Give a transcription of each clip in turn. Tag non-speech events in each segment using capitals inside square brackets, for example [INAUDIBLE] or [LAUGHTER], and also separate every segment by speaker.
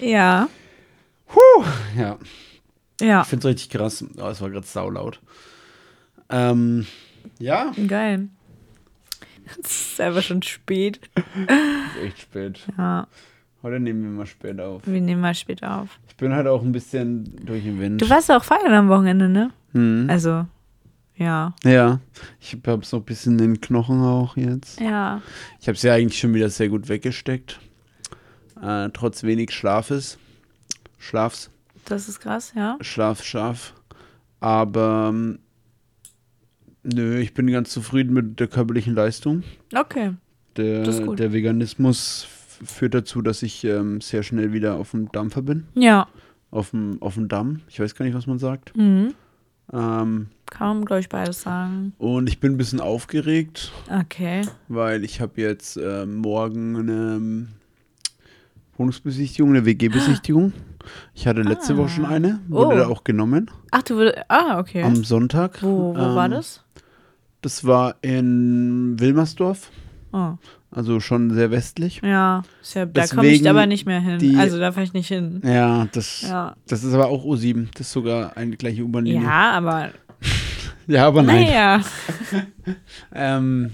Speaker 1: Ja.
Speaker 2: Puh, ja.
Speaker 1: Ja.
Speaker 2: Ich find's richtig krass. Oh, es war gerade saulaut. Ähm, ja,
Speaker 1: Geil. Es ist einfach schon spät.
Speaker 2: ist echt spät.
Speaker 1: Ja,
Speaker 2: Heute nehmen wir mal spät auf.
Speaker 1: wir nehmen mal spät auf.
Speaker 2: Ich bin heute auch ein bisschen durch den Wind.
Speaker 1: Du warst ja auch feiern am Wochenende, ne?
Speaker 2: Hm.
Speaker 1: Also, ja.
Speaker 2: Ja, ich habe so ein bisschen den Knochen auch jetzt.
Speaker 1: Ja.
Speaker 2: Ich habe es ja eigentlich schon wieder sehr gut weggesteckt. Äh, trotz wenig Schlafes. Schlafs,
Speaker 1: Das ist krass, ja.
Speaker 2: Schlaf, Schlaf. Aber ähm, nö, ich bin ganz zufrieden mit der körperlichen Leistung.
Speaker 1: Okay.
Speaker 2: Der,
Speaker 1: Das ist gut.
Speaker 2: der Veganismus f- führt dazu, dass ich ähm, sehr schnell wieder auf dem Dampfer bin.
Speaker 1: Ja.
Speaker 2: Auf dem, auf dem Damm. Ich weiß gar nicht, was man sagt.
Speaker 1: Mhm.
Speaker 2: Ähm,
Speaker 1: Kann man, glaube ich, beides sagen.
Speaker 2: und ich bin ein bisschen aufgeregt.
Speaker 1: Okay.
Speaker 2: weil ich habe jetzt äh, morgen eine ähm, Wohnungsbesichtigung, eine WG-Besichtigung. Ich hatte letzte Woche schon eine, wurde
Speaker 1: Ah. Oh.
Speaker 2: da auch genommen
Speaker 1: Ach, du würdest. Ah, okay.
Speaker 2: am Sonntag.
Speaker 1: wo wo war
Speaker 2: Ähm,
Speaker 1: das?
Speaker 2: Das war in Wilmersdorf,
Speaker 1: Oh.
Speaker 2: also schon sehr westlich.
Speaker 1: Ja. Ist ja da komme ich
Speaker 2: deswegen
Speaker 1: aber nicht mehr hin.
Speaker 2: die-
Speaker 1: also, da fahre ich nicht hin.
Speaker 2: Ja, das,
Speaker 1: Ja.
Speaker 2: das ist aber auch U7, das ist sogar eine gleiche U-Bahn-Linie.
Speaker 1: Ja, aber.
Speaker 2: ja, aber Oh nein.
Speaker 1: Naja.
Speaker 2: Ähm,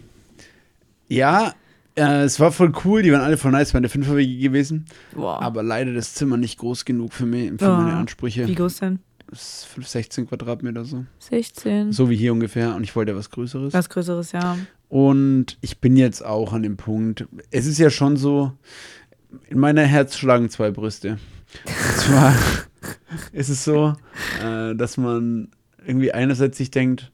Speaker 2: ja, äh, es war voll cool, die waren alle voll nice, waren der 5er WG gewesen,
Speaker 1: Boah.
Speaker 2: aber leider das Zimmer nicht groß genug für, mich, für
Speaker 1: Oh.
Speaker 2: meine Ansprüche.
Speaker 1: Wie groß denn?
Speaker 2: Das ist 5, 16 Quadratmeter so.
Speaker 1: 16.
Speaker 2: So wie hier ungefähr. Und ich wollte ja was Größeres.
Speaker 1: Was Größeres, ja.
Speaker 2: Und ich bin jetzt auch an dem Punkt. Es ist ja schon so, in meiner Herz schlagen zwei Brüste. Und zwar [LAUGHS] ist es so, äh, dass man irgendwie einerseits sich denkt,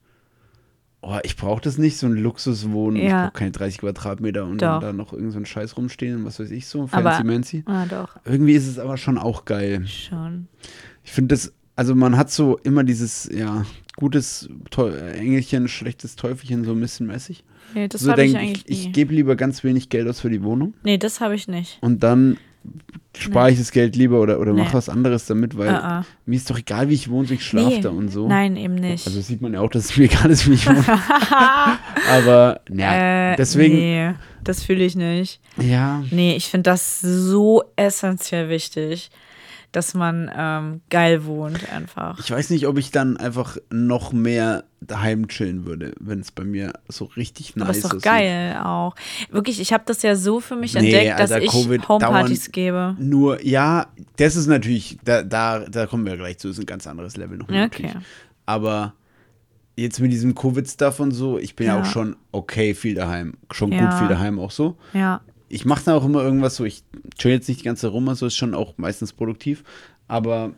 Speaker 2: oh, ich brauche das nicht, so ein Luxuswohnen. Ich
Speaker 1: Ja.
Speaker 2: brauche keine 30 Quadratmeter und dann
Speaker 1: Doch.
Speaker 2: da noch irgend so ein Scheiß rumstehen und was weiß ich so,
Speaker 1: Aber-
Speaker 2: fancy-mancy.
Speaker 1: Ah, doch.
Speaker 2: Irgendwie ist es aber schon auch geil.
Speaker 1: Schon.
Speaker 2: Ich finde das, also man hat so immer dieses, ja, gutes Teu Engelchen, schlechtes Teufelchen, so ein bisschen mäßig.
Speaker 1: Nee, das
Speaker 2: so
Speaker 1: habe ich
Speaker 2: denke
Speaker 1: eigentlich
Speaker 2: ich, ich,
Speaker 1: nie.
Speaker 2: gebe lieber ganz wenig Geld aus für die Wohnung
Speaker 1: nee, das habe ich nicht.
Speaker 2: und dann spare ich das Geld lieber oder, oder mache
Speaker 1: Nee.
Speaker 2: was anderes damit, weil
Speaker 1: Ah, ah.
Speaker 2: mir ist doch egal, wie ich wohne, so ich schlafe da und so.
Speaker 1: Nein, eben nicht.
Speaker 2: Also sieht man ja auch, dass es mir [LAUGHS] egal ist, wie ich
Speaker 1: [LAUGHS]
Speaker 2: wohne. Aber ja,
Speaker 1: äh,
Speaker 2: deswegen,
Speaker 1: Nee, das fühle ich nicht.
Speaker 2: ja,
Speaker 1: Nee, ich finde das so essentiell wichtig, dass man ähm, geil wohnt einfach.
Speaker 2: ich weiß nicht, ob ich dann einfach noch mehr daheim chillen würde, wenn es bei mir so richtig nice
Speaker 1: Aber ist doch
Speaker 2: aussieht.
Speaker 1: geil auch. Wirklich, ich habe das ja so für mich
Speaker 2: Nee,
Speaker 1: entdeckt, dass
Speaker 2: Alter,
Speaker 1: ich
Speaker 2: Covid
Speaker 1: Homepartys
Speaker 2: dauernd-
Speaker 1: gebe.
Speaker 2: Nur, ja, das ist natürlich, da, da, da kommen wir gleich zu, ist ein ganz anderes Level nochmal.
Speaker 1: Okay.
Speaker 2: natürlich. Aber jetzt mit diesem Covid-Stuff und so, ich bin ja.
Speaker 1: Ja.
Speaker 2: auch schon okay viel daheim. Schon gut
Speaker 1: Ja.
Speaker 2: viel daheim auch so.
Speaker 1: Ja,
Speaker 2: Ich mache dann auch immer irgendwas so, ich chill jetzt nicht die ganze Zeit rum, also ist schon auch meistens produktiv. Aber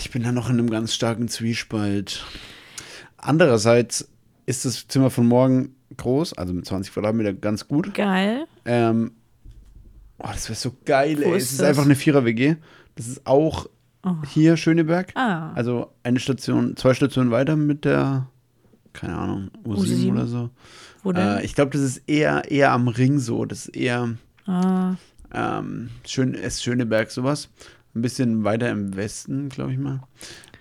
Speaker 2: ich bin da noch in einem ganz starken Zwiespalt. Andererseits ist das Zimmer von morgen groß, also mit 20 Quadratmeter ganz gut.
Speaker 1: geil.
Speaker 2: Ähm, oh, das wäre so geil,
Speaker 1: Wo
Speaker 2: ey.
Speaker 1: ist
Speaker 2: es ist
Speaker 1: das? Oh.
Speaker 2: einfach eine Vierer-WG. Das ist auch hier Schöneberg.
Speaker 1: Ah.
Speaker 2: Also eine Station, zwei Stationen weiter mit der, keine Ahnung, U7,
Speaker 1: U7?
Speaker 2: oder so.
Speaker 1: Wo denn?
Speaker 2: Äh, ich glaube, das ist eher, eher am Ring so. Das ist eher
Speaker 1: ah,
Speaker 2: ähm, schön, ist Schöneberg sowas. Ein bisschen weiter im Westen, glaube ich mal.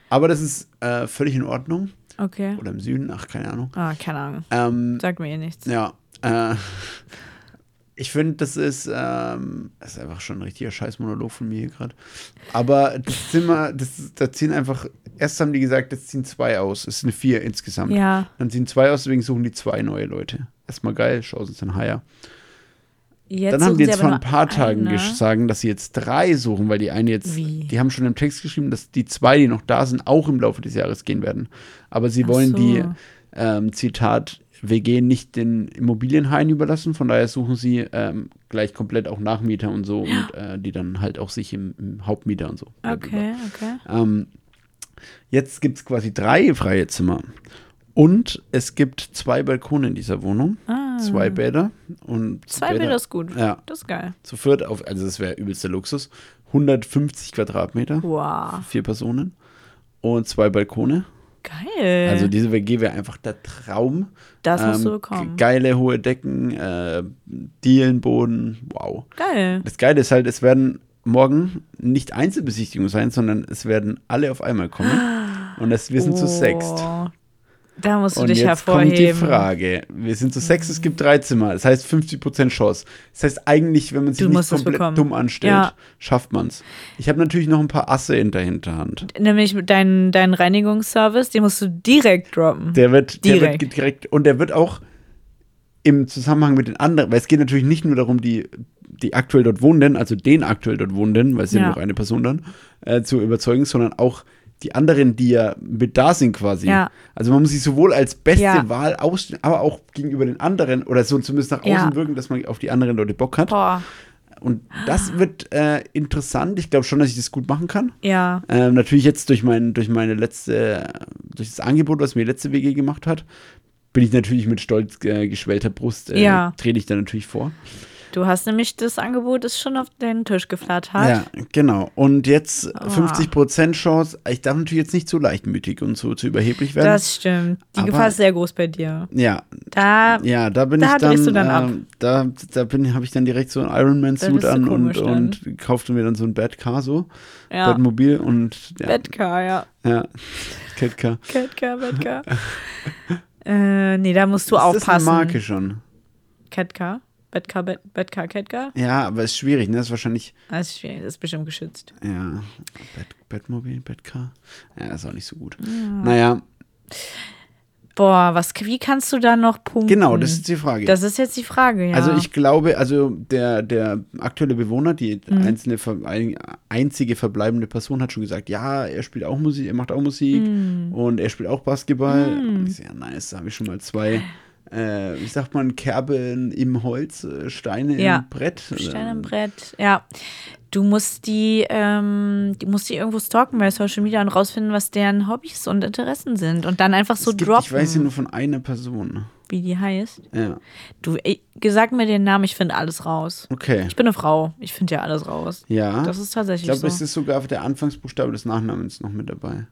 Speaker 2: Aber das ist äh, völlig in Ordnung.
Speaker 1: okay.
Speaker 2: Oder im Süden, ach, keine Ahnung.
Speaker 1: Ah, keine Ahnung.
Speaker 2: Ähm,
Speaker 1: Sagt mir eh nichts.
Speaker 2: ja. Äh, ich finde, das ist, ähm, das ist einfach schon ein richtiger Scheißmonolog von mir hier gerade. Aber das Zimmer, das, da ziehen einfach, erst haben die gesagt, das ziehen zwei aus. Es sind vier insgesamt.
Speaker 1: Ja,
Speaker 2: Dann ziehen zwei aus, deswegen suchen die zwei neue Leute. Erstmal geil, Chancen sind higher.
Speaker 1: jetzt
Speaker 2: Dann haben
Speaker 1: suchen
Speaker 2: die
Speaker 1: sie
Speaker 2: jetzt
Speaker 1: aber
Speaker 2: vor ein
Speaker 1: nur
Speaker 2: paar Tagen
Speaker 1: eine.
Speaker 2: sagen, dass sie jetzt drei suchen, weil die eine jetzt,
Speaker 1: Wie?
Speaker 2: die haben schon im Text geschrieben, dass die zwei, die noch da sind, auch im Laufe des Jahres gehen werden. Aber sie
Speaker 1: Ach
Speaker 2: wollen
Speaker 1: so.
Speaker 2: die, ähm, Zitat, WG nicht den Immobilienhain überlassen, von daher suchen sie ähm, gleich komplett auch Nachmieter und so und äh, die dann halt auch sich im, im Hauptmieter und so.
Speaker 1: Okay, okay.
Speaker 2: Ähm, jetzt gibt es quasi drei freie Zimmer. Und es gibt zwei Balkone in dieser Wohnung.
Speaker 1: Ah.
Speaker 2: Zwei Bäder. Und
Speaker 1: Zwei Bilder ist gut.
Speaker 2: Ja.
Speaker 1: Das ist geil.
Speaker 2: Zu viert auf, also das wäre übelster Luxus. 150 Quadratmeter,
Speaker 1: Wow.
Speaker 2: vier Personen und zwei Balkone.
Speaker 1: Geil.
Speaker 2: Also diese WG wäre einfach der Traum.
Speaker 1: Äh.
Speaker 2: Ähm,
Speaker 1: Das musst du
Speaker 2: ge-
Speaker 1: bekommen.
Speaker 2: Geile hohe Decken, äh, Dielenboden, wow.
Speaker 1: geil.
Speaker 2: Das Geile ist halt, es werden morgen nicht
Speaker 1: Ah.
Speaker 2: Einzelbesichtigungen sein, sondern es werden alle auf einmal kommen. Und das, wir sind zu
Speaker 1: Oh,
Speaker 2: sechst.
Speaker 1: Da musst du
Speaker 2: Und
Speaker 1: dich
Speaker 2: jetzt kommt die
Speaker 1: hervorheben.
Speaker 2: Frage. Wir sind zu sechs, es gibt drei Zimmer. Das heißt 50% Chance. Das heißt eigentlich, wenn man sich
Speaker 1: Du
Speaker 2: nicht
Speaker 1: musst es bekommen.
Speaker 2: komplett dumm anstellt,
Speaker 1: Ja.
Speaker 2: schafft man es. Ich habe natürlich noch ein paar Asse in der Hinterhand.
Speaker 1: Nämlich mit deinen, deinen Reinigungsservice, den musst du direkt droppen.
Speaker 2: Der wird der
Speaker 1: Direkt.
Speaker 2: Wird direkt und der wird auch im Zusammenhang mit den anderen, weil es geht natürlich nicht nur darum, die, die aktuell dort Wohnenden, also den aktuell dort Wohnenden, weil es sind
Speaker 1: Ja.
Speaker 2: ja noch eine Person dann, äh, zu überzeugen, sondern auch die anderen, die ja mit da sind quasi.
Speaker 1: Ja.
Speaker 2: Also man muss sich sowohl als beste
Speaker 1: Ja.
Speaker 2: Wahl ausstellen, aber auch gegenüber den anderen oder so zumindest nach außen
Speaker 1: Ja.
Speaker 2: wirken, dass man auf die anderen Leute Bock hat.
Speaker 1: Boah,
Speaker 2: Und das wird äh, interessant. Ich glaube schon, dass ich das gut machen kann.
Speaker 1: ja.
Speaker 2: Ähm, natürlich jetzt durch, mein, durch meine letzte, durch das Angebot, was mir die letzte WG gemacht hat, bin ich natürlich mit stolz äh, geschwellter Brust, äh,
Speaker 1: Ja.
Speaker 2: trete ich da natürlich vor.
Speaker 1: Du hast nämlich das Angebot, das schon auf den Tisch geflattert.
Speaker 2: Ja, genau. Und jetzt
Speaker 1: Ah.
Speaker 2: 50% Chance. Ich darf natürlich jetzt nicht zu leichtmütig und so zu überheblich werden.
Speaker 1: Das stimmt. Die
Speaker 2: Aber-
Speaker 1: Gefahr ist sehr groß bei dir.
Speaker 2: ja,
Speaker 1: Da,
Speaker 2: ja, da bin
Speaker 1: Da
Speaker 2: ich dann,
Speaker 1: drehst du dann ab.
Speaker 2: ähm, da, da bin, habe ich dann direkt so einen Ironman-Suit
Speaker 1: bist du
Speaker 2: an und,
Speaker 1: komisch
Speaker 2: und kaufte mir dann so ein Bad-Car so,
Speaker 1: ja.
Speaker 2: Badmobil und ja,
Speaker 1: Bettcar, ja.
Speaker 2: ja, Cat-Car.
Speaker 1: Catcar,
Speaker 2: [LAUGHS]
Speaker 1: Bettcar. äh, nee, da musst du
Speaker 2: Ist das eine
Speaker 1: aufpassen.
Speaker 2: Marke schon?
Speaker 1: Catcar? Bettcar, Bet- Bettcar, Catcar?
Speaker 2: Ja, aber ist schwierig, ne? Ist wahrscheinlich,
Speaker 1: Ah, Das ist schwierig, das ist bestimmt geschützt.
Speaker 2: ja, Bett, Bettmobil, Bettcar. Ja, ist auch nicht so gut. Naja,
Speaker 1: Boah, was, wie kannst du da noch punkten?
Speaker 2: genau, das ist die Frage.
Speaker 1: Mhm. Das ist jetzt die Frage, ja.
Speaker 2: Also ich glaube, also der, der aktuelle Bewohner, die
Speaker 1: Mhm.
Speaker 2: einzelne, ver- ein- einzige verbleibende Person hat schon gesagt, ja, er spielt auch Musik, er macht auch Musik
Speaker 1: Mhm.
Speaker 2: und er spielt auch Basketball. Und ich so, ja, nice, da habe ich schon mal zwei, äh, wie sagt man, Kerben im Holz, äh, Steine
Speaker 1: Ja.
Speaker 2: im Brett.
Speaker 1: Stein
Speaker 2: äh,
Speaker 1: am Brett, ja. Du musst die, ähm, du musst die irgendwo stalken bei Social Media und rausfinden, was deren Hobbys und Interessen sind. Und dann einfach so
Speaker 2: es gibt,
Speaker 1: droppen,
Speaker 2: ich weiß ja nur von einer Person.
Speaker 1: wie die heißt.
Speaker 2: Ja,
Speaker 1: Du, ey, sag mir den Namen, ich finde alles raus.
Speaker 2: okay.
Speaker 1: Ich bin eine Frau, ich finde ja alles raus.
Speaker 2: Ja.
Speaker 1: Das ist tatsächlich
Speaker 2: Ich glaube,
Speaker 1: so.
Speaker 2: es ist sogar der Anfangsbuchstabe des Nachnamens noch mit dabei.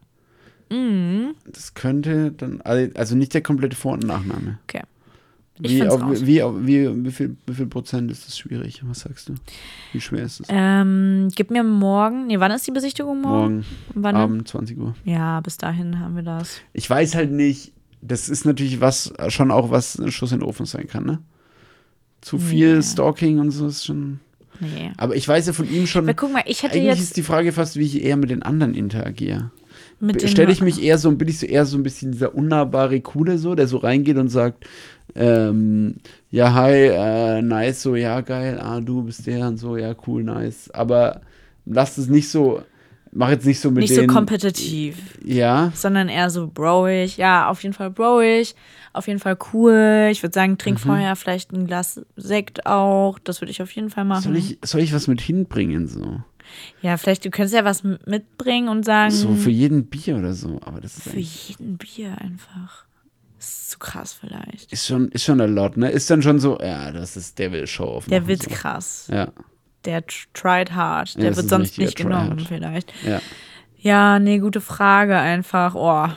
Speaker 1: Mhm.
Speaker 2: Das könnte dann, also also nicht der komplette Vor- und Nachname.
Speaker 1: okay. Ich
Speaker 2: Wie,
Speaker 1: find's
Speaker 2: auf,
Speaker 1: raus.
Speaker 2: wie, auf, wie, wie, viel, wie viel Prozent ist das schwierig? Was sagst du? Wie schwer ist es?
Speaker 1: Ähm, gib mir morgen, nee, wann ist die Besichtigung morgen?
Speaker 2: Morgen
Speaker 1: Wann?
Speaker 2: Abend 20 Uhr.
Speaker 1: Ja, bis dahin haben wir das.
Speaker 2: Ich weiß halt nicht, das ist natürlich was, schon auch was ein Schuss in den Ofen sein kann, ne? Zu viel Stalking und so ist schon.
Speaker 1: Nee.
Speaker 2: Aber ich weiß ja von ihm schon.
Speaker 1: Aber guck mal, ich hätte
Speaker 2: Eigentlich
Speaker 1: jetzt
Speaker 2: ist die Frage fast, wie ich eher mit den anderen interagiere.
Speaker 1: mit den
Speaker 2: stelle ich mich eher so, bin ich so eher so ein bisschen dieser unnahbare Coole so, der so reingeht und sagt, ähm, ja, hi, äh, nice, so, ja, geil, ah, du bist der und so, ja, cool, nice. Aber lasst es nicht so, mach jetzt nicht so mit
Speaker 1: nicht so
Speaker 2: denen.
Speaker 1: kompetitiv.
Speaker 2: ja,
Speaker 1: sondern eher so broig. Ja, auf jeden Fall broig, auf jeden Fall cool. Ich würde sagen,
Speaker 2: Mhm.
Speaker 1: trink vorher vielleicht ein Glas Sekt auch. Das würde ich auf jeden Fall machen.
Speaker 2: soll ich, soll ich was mit hinbringen so?
Speaker 1: ja, vielleicht, du könntest ja was m- mitbringen und sagen,
Speaker 2: So für jeden Bier oder so, aber das ist
Speaker 1: Ähm, für
Speaker 2: eigentlich,
Speaker 1: jeden Bier einfach. Das ist zu krass vielleicht.
Speaker 2: ist schon, ist schon a lot, ne? Ist dann schon so, ja, das ist Devil Show auf
Speaker 1: Der wird
Speaker 2: so.
Speaker 1: krass.
Speaker 2: Ja,
Speaker 1: Der tr- tried hard. Der
Speaker 2: das
Speaker 1: wird
Speaker 2: ist
Speaker 1: sonst
Speaker 2: ein
Speaker 1: nicht
Speaker 2: richtiger
Speaker 1: genommen
Speaker 2: Tryhard.
Speaker 1: vielleicht.
Speaker 2: ja.
Speaker 1: Ja, nee, gute Frage einfach. Oh.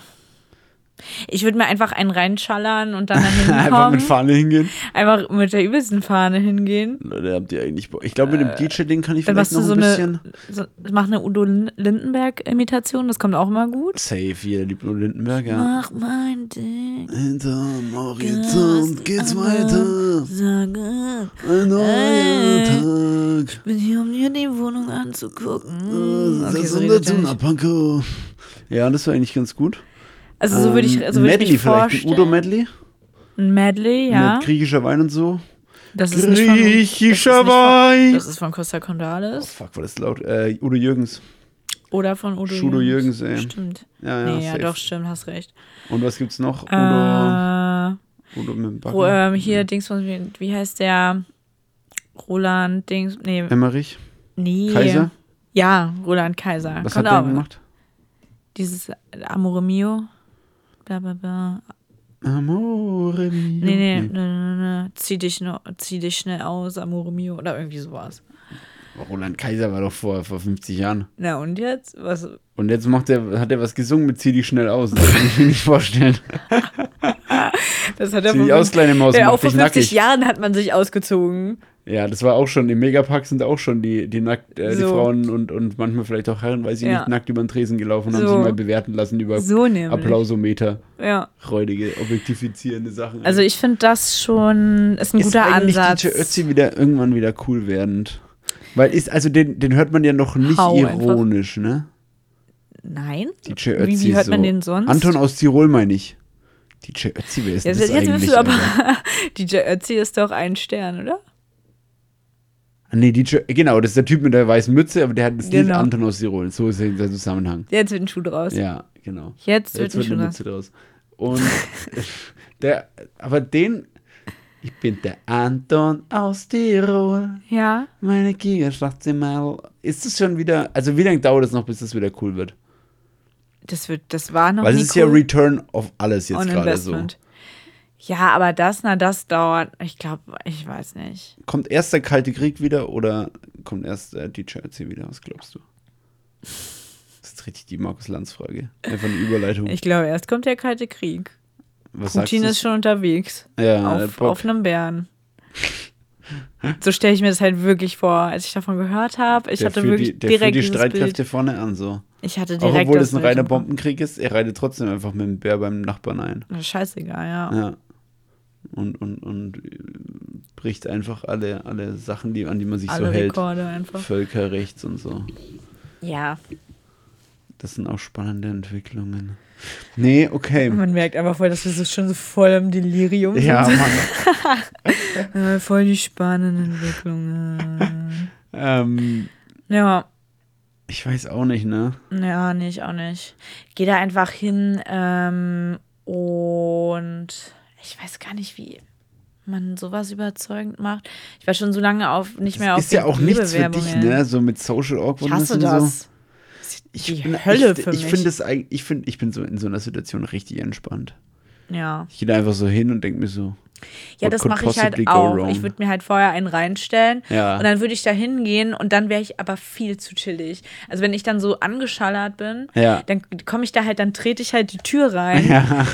Speaker 1: Ich würde mir einfach einen reinschallern und dann
Speaker 2: [LAUGHS]
Speaker 1: dahin
Speaker 2: Einfach mit
Speaker 1: kommen.
Speaker 2: Fahne hingehen.
Speaker 1: einfach mit der übelsten Fahne hingehen.
Speaker 2: Leute, ne? habt ihr eigentlich Bock? Ich glaube, mit dem DJ-Ding kann ich
Speaker 1: Äh, Dann
Speaker 2: vielleicht
Speaker 1: machst
Speaker 2: noch
Speaker 1: du so
Speaker 2: ein bisschen.
Speaker 1: eine, so, mach eine Udo Lin- Lindenberg-Imitation, das kommt auch immer gut.
Speaker 2: Safe, jeder liebt nur Lindenberg, ja.
Speaker 1: Mach mein Ding.
Speaker 2: Hinterm
Speaker 1: Horizont
Speaker 2: Horizont
Speaker 1: geht's
Speaker 2: geht's weiter.
Speaker 1: Sage,
Speaker 2: Ein
Speaker 1: neuer
Speaker 2: neuer Tag.
Speaker 1: bin hier, um dir die Wohnung anzugucken. Okay,
Speaker 2: Äh, Das
Speaker 1: so
Speaker 2: okay,
Speaker 1: redet
Speaker 2: so
Speaker 1: er
Speaker 2: nach
Speaker 1: nicht.
Speaker 2: Pankow. Ja, das war eigentlich ganz gut.
Speaker 1: also so würde ich, so
Speaker 2: Ähm,
Speaker 1: würde ich
Speaker 2: Medley
Speaker 1: mich
Speaker 2: vielleicht, ein
Speaker 1: vorstellen.
Speaker 2: Udo-Medley
Speaker 1: Ein Medley, ja.
Speaker 2: mit griechischer Wein und so.
Speaker 1: Das ist nicht von, das ist nicht
Speaker 2: Griechischer
Speaker 1: von,
Speaker 2: Wein.
Speaker 1: das ist von Costa
Speaker 2: Oh,
Speaker 1: Condalis
Speaker 2: fuck, war das laut. Äh, Udo Jürgens.
Speaker 1: oder von Udo
Speaker 2: Schudo Jürgens, ey.
Speaker 1: Stimmt.
Speaker 2: Ja, ja,
Speaker 1: nee, ja,
Speaker 2: safe.
Speaker 1: doch, stimmt, hast recht.
Speaker 2: Und was gibt's noch? Udo,
Speaker 1: Äh,
Speaker 2: Udo mit dem
Speaker 1: Ro
Speaker 2: Backen.
Speaker 1: ähm, hier, Dings, von- wie, wie heißt der? Roland, Dings, nee,
Speaker 2: Emmerich,
Speaker 1: nee.
Speaker 2: Ähm, Kaiser.
Speaker 1: Ja, Roland Kaiser.
Speaker 2: Was
Speaker 1: Kommt
Speaker 2: hat der
Speaker 1: auch.
Speaker 2: gemacht?
Speaker 1: Dieses Amore Mio. Bla, bla, bla.
Speaker 2: Amore mio.
Speaker 1: Nee, nee, nee, nee, nee. Zieh, dich noch, zieh dich schnell aus, Amore Mio. Oder irgendwie sowas.
Speaker 2: Roland Kaiser war doch vor, vor 50 Jahren.
Speaker 1: Na und jetzt? Was?
Speaker 2: Und
Speaker 1: [LAUGHS]
Speaker 2: jetzt macht er, hat er was gesungen mit Zieh dich schnell aus. Das kann ich mir nicht vorstellen.
Speaker 1: Das hat er
Speaker 2: Sieh dich
Speaker 1: vor-
Speaker 2: aus, kleine Maus,
Speaker 1: Ja,
Speaker 2: mach
Speaker 1: auch vor
Speaker 2: dich
Speaker 1: 50
Speaker 2: nackig.
Speaker 1: Jahren hat man sich ausgezogen.
Speaker 2: Ja, das war auch schon, im Megapark sind auch schon die, die, nackt, äh, die
Speaker 1: So.
Speaker 2: Frauen und, und manchmal vielleicht auch Herren, weil sie
Speaker 1: Ja.
Speaker 2: nicht nackt über den Tresen gelaufen haben,
Speaker 1: So.
Speaker 2: sich mal bewerten lassen über
Speaker 1: So nämlich.
Speaker 2: Applausometer.
Speaker 1: Ja.
Speaker 2: Räudige, objektifizierende Sachen.
Speaker 1: Also ich finde das schon ist ein
Speaker 2: ist
Speaker 1: guter
Speaker 2: eigentlich
Speaker 1: Ansatz.
Speaker 2: DJ Ötzi wieder irgendwann wieder cool werdend. Weil ist, also den, den hört man ja noch nicht
Speaker 1: Hau einfach.
Speaker 2: ironisch, ne?
Speaker 1: Nein?
Speaker 2: DJ Ötzi.
Speaker 1: Wie, wie hört
Speaker 2: so.
Speaker 1: man den sonst?
Speaker 2: Anton aus Tirol meine ich. DJ Ötzi, wer ist
Speaker 1: Jetzt,
Speaker 2: das
Speaker 1: jetzt
Speaker 2: eigentlich?
Speaker 1: bist du aber.
Speaker 2: Alter?
Speaker 1: [LAUGHS] DJ Ötzi ist doch ein Stern, oder?
Speaker 2: Ah, Nee, DJ, genau, das ist der Typ mit der weißen Mütze, aber der hat das Lied
Speaker 1: Genau.
Speaker 2: Anton aus Tirol. So ist der Zusammenhang.
Speaker 1: Jetzt wird ein Schuh draus.
Speaker 2: Ja, genau.
Speaker 1: Jetzt
Speaker 2: Jetzt
Speaker 1: wird ein
Speaker 2: wird
Speaker 1: Schuh
Speaker 2: eine
Speaker 1: draus.
Speaker 2: Mütze draus.
Speaker 1: [LAUGHS]
Speaker 2: Und der, aber den, ich bin der Anton aus Tirol,
Speaker 1: Ja.
Speaker 2: meine Gigaschlatze mal. Ist es schon wieder, also wie lange dauert es noch, bis das wieder cool wird?
Speaker 1: Das wird, das war noch
Speaker 2: Weil es
Speaker 1: nie
Speaker 2: ist ja
Speaker 1: cool
Speaker 2: Return of alles jetzt
Speaker 1: on
Speaker 2: gerade so.
Speaker 1: Investment. Ja, aber das, na, das dauert. Ich glaube, ich weiß nicht.
Speaker 2: Kommt erst der Kalte Krieg wieder oder kommt erst äh, die Chelsea wieder? Was glaubst du? Das ist richtig die Markus-Lanz-Frage. Einfach eine Überleitung.
Speaker 1: Ich glaube, erst kommt der Kalte Krieg.
Speaker 2: Was
Speaker 1: Putin ist
Speaker 2: sagst
Speaker 1: schon unterwegs.
Speaker 2: du? Ja,
Speaker 1: auf,
Speaker 2: Bock.
Speaker 1: auf einem Bären. [LAUGHS] So stelle ich mir das halt wirklich vor, als ich davon gehört habe. Ich
Speaker 2: der
Speaker 1: hatte
Speaker 2: führt
Speaker 1: wirklich
Speaker 2: die, der führt
Speaker 1: direkt
Speaker 2: die
Speaker 1: dieses
Speaker 2: Streitkräfte
Speaker 1: Bild.
Speaker 2: vorne an, so.
Speaker 1: Ich hatte
Speaker 2: Auch
Speaker 1: direkt
Speaker 2: obwohl
Speaker 1: das
Speaker 2: es ein
Speaker 1: Bild
Speaker 2: reiner
Speaker 1: im Kopf.
Speaker 2: Bombenkrieg ist, er reitet trotzdem einfach mit dem Bär beim Nachbarn ein.
Speaker 1: Na, Scheißegal, ja.
Speaker 2: Ja. Und, und, und äh, bricht einfach alle, alle Sachen, die, an die man sich
Speaker 1: Alle
Speaker 2: so hält.
Speaker 1: Rekorde einfach.
Speaker 2: Völkerrechts und so.
Speaker 1: Ja,
Speaker 2: Das sind auch spannende Entwicklungen. Nee, okay.
Speaker 1: man merkt einfach voll, dass wir so schon so voll im Delirium
Speaker 2: Ja,
Speaker 1: sind.
Speaker 2: Mann.
Speaker 1: Äh, voll die spannenden Entwicklungen.
Speaker 2: Ähm,
Speaker 1: ja,
Speaker 2: ich weiß auch nicht, ne?
Speaker 1: ja, nicht, auch nicht. Geh da einfach hin ähm, und ich weiß gar nicht, wie man sowas überzeugend macht. Ich war schon so lange auf nicht mehr
Speaker 2: Das
Speaker 1: auf
Speaker 2: ist ja auch nichts für dich,
Speaker 1: Bewerbungen.
Speaker 2: ne? So mit Social
Speaker 1: Ich
Speaker 2: Awkwardness
Speaker 1: hasse
Speaker 2: und so.
Speaker 1: das.
Speaker 2: Ich
Speaker 1: Die
Speaker 2: bin,
Speaker 1: Hölle
Speaker 2: ich,
Speaker 1: für
Speaker 2: ich
Speaker 1: mich.
Speaker 2: Find das, eigentlich- ich finde, ich bin so in so einer Situation richtig entspannt.
Speaker 1: Ja.
Speaker 2: Ich gehe da einfach so hin und denke mir so,
Speaker 1: Ja,
Speaker 2: What
Speaker 1: das
Speaker 2: could
Speaker 1: mache ich
Speaker 2: possibly
Speaker 1: halt
Speaker 2: go
Speaker 1: auch.
Speaker 2: wrong?
Speaker 1: Ich würde mir halt vorher einen reinstellen
Speaker 2: Ja.
Speaker 1: und dann würde ich da hingehen und dann wäre ich aber viel zu chillig. Also wenn ich dann so angeschallert bin,
Speaker 2: Ja.
Speaker 1: dann komme ich da halt, dann trete ich halt die
Speaker 2: [LAUGHS]
Speaker 1: Tür rein,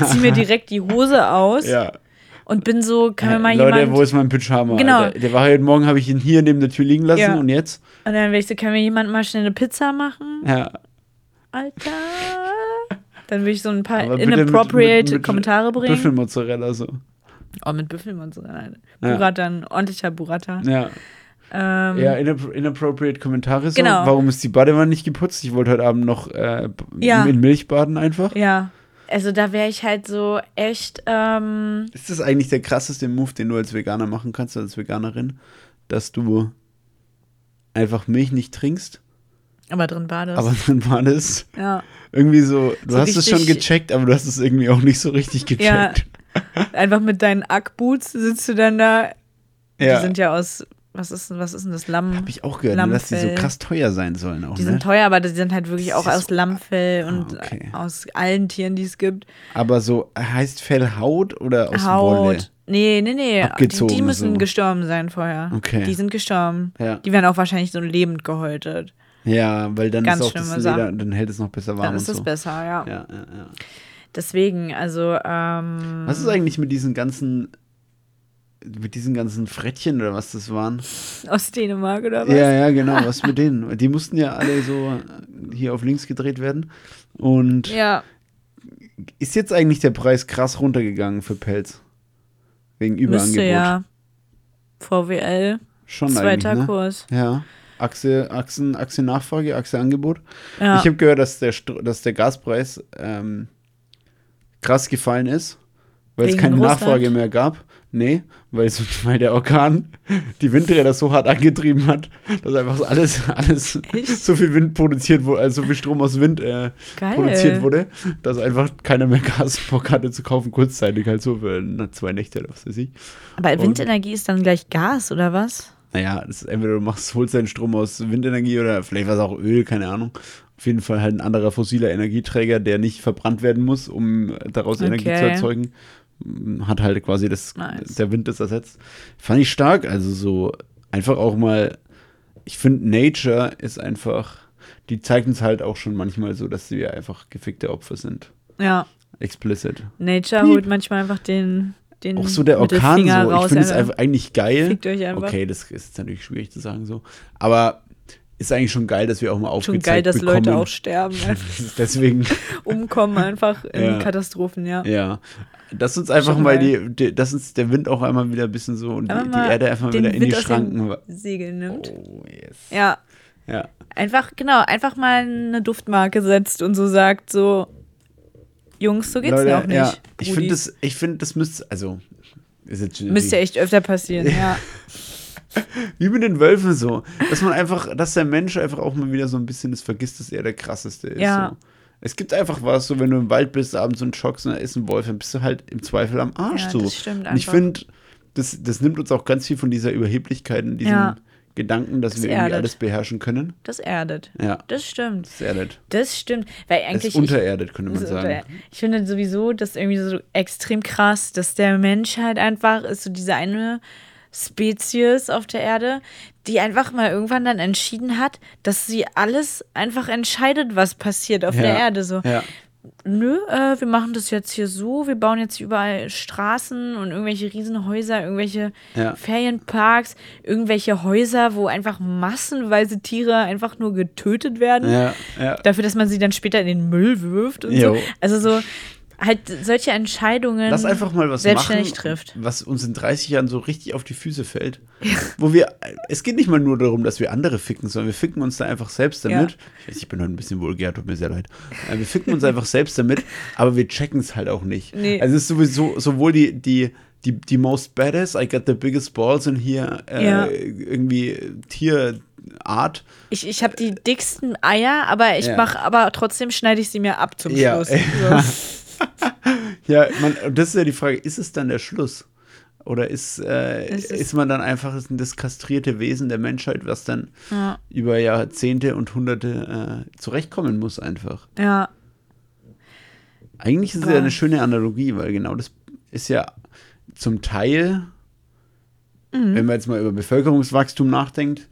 Speaker 1: ziehe mir direkt die Hose aus
Speaker 2: ja,
Speaker 1: und bin so, kann mir mal
Speaker 2: Äh, Leute,
Speaker 1: jemand,
Speaker 2: wo ist mein Pyjama?
Speaker 1: Genau.
Speaker 2: Alter? Der war heute Morgen, habe ich ihn hier neben der Tür liegen lassen
Speaker 1: Ja.
Speaker 2: und jetzt?
Speaker 1: und dann wäre ich so, kann mir jemand mal schnell eine Pizza machen,
Speaker 2: Ja.
Speaker 1: Alter? Dann würde ich so ein paar
Speaker 2: aber bitte mit-
Speaker 1: inappropriate
Speaker 2: mit- mit
Speaker 1: Kommentare bringen.
Speaker 2: Büffelmozzarella so.
Speaker 1: Oh, mit Büffeln und so. Nein.
Speaker 2: Ja.
Speaker 1: Burrata, ein ordentlicher Burrata.
Speaker 2: Ja,
Speaker 1: Ähm,
Speaker 2: ja inappro- inappropriate Kommentare so.
Speaker 1: Genau.
Speaker 2: Warum ist die Badewanne nicht geputzt? Ich wollte heute Abend noch äh, b-
Speaker 1: Ja.
Speaker 2: in Milch baden einfach.
Speaker 1: Ja. Also da wäre ich halt so echt, ähm,
Speaker 2: Ist das eigentlich der krasseste Move, den du als Veganer machen kannst, als Veganerin? Dass du einfach Milch nicht trinkst,
Speaker 1: aber drin badest.
Speaker 2: aber dann badest.
Speaker 1: ja.
Speaker 2: Irgendwie so, du
Speaker 1: So
Speaker 2: hast es schon
Speaker 1: richtig-
Speaker 2: gecheckt, aber du hast es irgendwie auch nicht so richtig
Speaker 1: Ja.
Speaker 2: gecheckt.
Speaker 1: Einfach mit deinen Ackboots sitzt du dann da.
Speaker 2: Ja.
Speaker 1: Die sind ja aus, was ist, denn- was ist denn das Lamm?
Speaker 2: Hab ich auch gehört, ne, dass die so
Speaker 1: Lammfell.
Speaker 2: krass teuer sein sollen auch,
Speaker 1: die
Speaker 2: ne?
Speaker 1: sind teuer, aber die sind halt wirklich
Speaker 2: Das
Speaker 1: auch
Speaker 2: ist Ah,
Speaker 1: aus Lammfell und
Speaker 2: okay.
Speaker 1: aus allen Tieren, die es gibt.
Speaker 2: Aber so heißt Fell Haut oder aus Wolle?
Speaker 1: Nee, nee, nee. Die, die
Speaker 2: Abgezogen,
Speaker 1: müssen
Speaker 2: so.
Speaker 1: gestorben sein vorher.
Speaker 2: Okay.
Speaker 1: Die sind gestorben.
Speaker 2: Ja.
Speaker 1: Die werden auch wahrscheinlich so lebend gehäutet.
Speaker 2: Ja, weil dann
Speaker 1: Ganz
Speaker 2: ist auch
Speaker 1: schlimme
Speaker 2: das
Speaker 1: Sache.
Speaker 2: Leder, dann hält es noch besser warm
Speaker 1: Dann ist
Speaker 2: und
Speaker 1: es
Speaker 2: so.
Speaker 1: besser, Mhm. ja.
Speaker 2: Ja, ja, ja.
Speaker 1: Deswegen, also, ähm,
Speaker 2: Was ist eigentlich mit diesen ganzen mit diesen ganzen Frettchen oder was das waren?
Speaker 1: aus Dänemark oder was?
Speaker 2: Ja, ja, genau, was mit denen? Die mussten ja alle so äh, hier auf links gedreht werden. Und
Speaker 1: ja.
Speaker 2: ist jetzt eigentlich der Preis krass runtergegangen für Pelz? Wegen Überangebot.
Speaker 1: Müsste ja. VWL,
Speaker 2: Schon
Speaker 1: zweiter
Speaker 2: eigentlich, ne?
Speaker 1: Kurs.
Speaker 2: Ja. Achse, Achsen, Achse Nachfrage, Achse Angebot.
Speaker 1: Ja.
Speaker 2: Ich habe gehört, dass der, Str- dass der Gaspreis ähm, krass gefallen ist, weil es
Speaker 1: Wegen
Speaker 2: keine
Speaker 1: Russland?
Speaker 2: Nachfrage mehr gab. Nee, weil, so- [LAUGHS] weil der Orkan die Windräder so hart angetrieben hat, dass einfach so alles, [LAUGHS] alles
Speaker 1: Echt?
Speaker 2: so viel Wind produziert wurde, also so viel Strom aus Wind äh,
Speaker 1: Geil.
Speaker 2: produziert wurde, dass einfach keiner mehr Gasbock hatte zu kaufen, kurzzeitig halt so für na, zwei Nächte oder was weiß ich.
Speaker 1: Aber
Speaker 2: Und-
Speaker 1: Windenergie ist dann gleich Gas, oder was?
Speaker 2: Naja, das ist entweder du machst, holst deinen Strom aus Windenergie oder vielleicht war es auch Öl, keine Ahnung. Auf jeden Fall halt ein anderer fossiler Energieträger, der nicht verbrannt werden muss, um daraus Energie zu
Speaker 1: Okay.
Speaker 2: erzeugen. Hm, Hat halt quasi das,
Speaker 1: Nice.
Speaker 2: der Wind das ersetzt. Fand ich stark. Also so einfach auch mal, ich finde Nature ist einfach, die zeigt uns halt auch schon manchmal so, dass wir einfach gefickte Opfer sind.
Speaker 1: Ja.
Speaker 2: Explicit.
Speaker 1: Nature
Speaker 2: Piep.
Speaker 1: holt manchmal einfach den den
Speaker 2: Auch so der Orkan
Speaker 1: Mittelfinger
Speaker 2: so. Ich
Speaker 1: raus,
Speaker 2: finde es
Speaker 1: Alter.
Speaker 2: einfach eigentlich geil.
Speaker 1: Fickt euch einfach.
Speaker 2: Okay, das ist natürlich schwierig zu sagen so. Aber ist eigentlich schon geil, dass wir auch mal
Speaker 1: Schon
Speaker 2: aufgezeigt
Speaker 1: geil, dass
Speaker 2: bekommen. [LAUGHS]
Speaker 1: Leute auch sterben, ne?
Speaker 2: Deswegen,
Speaker 1: umkommen einfach in
Speaker 2: Ja.
Speaker 1: Katastrophen, ja.
Speaker 2: ja. Dass uns einfach
Speaker 1: Schon
Speaker 2: mal
Speaker 1: geil.
Speaker 2: die, die, dass uns der Wind auch einmal wieder ein bisschen so und
Speaker 1: Einfach
Speaker 2: die, die
Speaker 1: mal
Speaker 2: Erde einfach mal
Speaker 1: den
Speaker 2: wieder in
Speaker 1: Wind
Speaker 2: die
Speaker 1: aus den
Speaker 2: Schranken. wa-
Speaker 1: Segeln nimmt.
Speaker 2: Oh, yes.
Speaker 1: Ja,
Speaker 2: Ja.
Speaker 1: einfach, genau, einfach mal eine Duftmarke setzt und so sagt so, Jungs, so geht's
Speaker 2: Leute,
Speaker 1: ja auch nicht.
Speaker 2: Ja, ich
Speaker 1: Brudi.
Speaker 2: finde das, ich finde, das müsste, also, ist jetzt
Speaker 1: [LAUGHS] Müsste echt öfter passieren, ja.
Speaker 2: Wie mit den Wölfen so. Dass man einfach, dass der Mensch einfach auch mal wieder so ein bisschen das vergisst, dass er der krasseste ist.
Speaker 1: Ja.
Speaker 2: So. Es gibt einfach was, so wenn du im Wald bist, abends und schockst und da ist ein Wolf, dann bist du halt im Zweifel am Arsch
Speaker 1: Ja,
Speaker 2: so.
Speaker 1: das stimmt
Speaker 2: und ich
Speaker 1: einfach.
Speaker 2: finde, das, das nimmt uns auch ganz viel von dieser Überheblichkeit und diesem
Speaker 1: Ja.
Speaker 2: Gedanken, dass
Speaker 1: Das
Speaker 2: wir irgendwie
Speaker 1: erdet.
Speaker 2: alles beherrschen können.
Speaker 1: Das erdet.
Speaker 2: Ja.
Speaker 1: Das stimmt.
Speaker 2: Das erdet.
Speaker 1: Das stimmt. Weil
Speaker 2: Das
Speaker 1: eigentlich.
Speaker 2: ist untererdet, könnte
Speaker 1: ich,
Speaker 2: man
Speaker 1: so,
Speaker 2: sagen.
Speaker 1: Also, ich finde sowieso das irgendwie so extrem krass, dass der Mensch halt einfach ist so diese eine Spezies auf der Erde, die einfach mal irgendwann dann entschieden hat, dass sie alles einfach entscheidet, was passiert auf der Erde. So,
Speaker 2: Ja.
Speaker 1: nö, äh, wir machen das jetzt hier so, wir bauen jetzt überall Straßen und irgendwelche Riesenhäuser, irgendwelche
Speaker 2: Ja.
Speaker 1: Ferienparks, irgendwelche Häuser, wo einfach massenweise Tiere einfach nur getötet werden.
Speaker 2: Ja, ja.
Speaker 1: Dafür, dass man sie dann später in den Müll wirft und
Speaker 2: Jo.
Speaker 1: so. Also so halt solche Entscheidungen.
Speaker 2: Lass einfach mal was
Speaker 1: selbstständig
Speaker 2: machen,
Speaker 1: trifft.
Speaker 2: was uns in 30 Jahren so richtig auf die Füße fällt. Wo wir, es geht nicht mal nur darum, dass wir andere ficken, sondern wir ficken uns da einfach selbst damit. Ich weiß, ich bin heute ein bisschen vulgär, tut mir sehr leid. Äh, Wir ficken uns einfach selbst damit, aber wir checken es halt auch nicht.
Speaker 1: Nee.
Speaker 2: Also es ist sowieso sowohl die, die, die, die most badass, I got the biggest balls in here, äh,
Speaker 1: Ja.
Speaker 2: irgendwie Tierart.
Speaker 1: Ich, ich habe die dicksten Eier, aber ich
Speaker 2: Ja.
Speaker 1: mach, aber trotzdem schneide ich sie mir ab zum
Speaker 2: Ja. [LAUGHS]
Speaker 1: Schluss. So.
Speaker 2: Ja, man, und das ist ja die Frage, ist es dann der Schluss? Oder ist, äh,
Speaker 1: Es ist-
Speaker 2: ist, man dann einfach das kastrierte Wesen der Menschheit, was dann
Speaker 1: Ja.
Speaker 2: über Jahrzehnte und Hunderte äh, zurechtkommen muss einfach?
Speaker 1: ja.
Speaker 2: Eigentlich ist es
Speaker 1: Boah.
Speaker 2: ja eine schöne Analogie, weil genau das ist ja zum Teil,
Speaker 1: Mhm.
Speaker 2: wenn man jetzt mal über Bevölkerungswachstum nachdenkt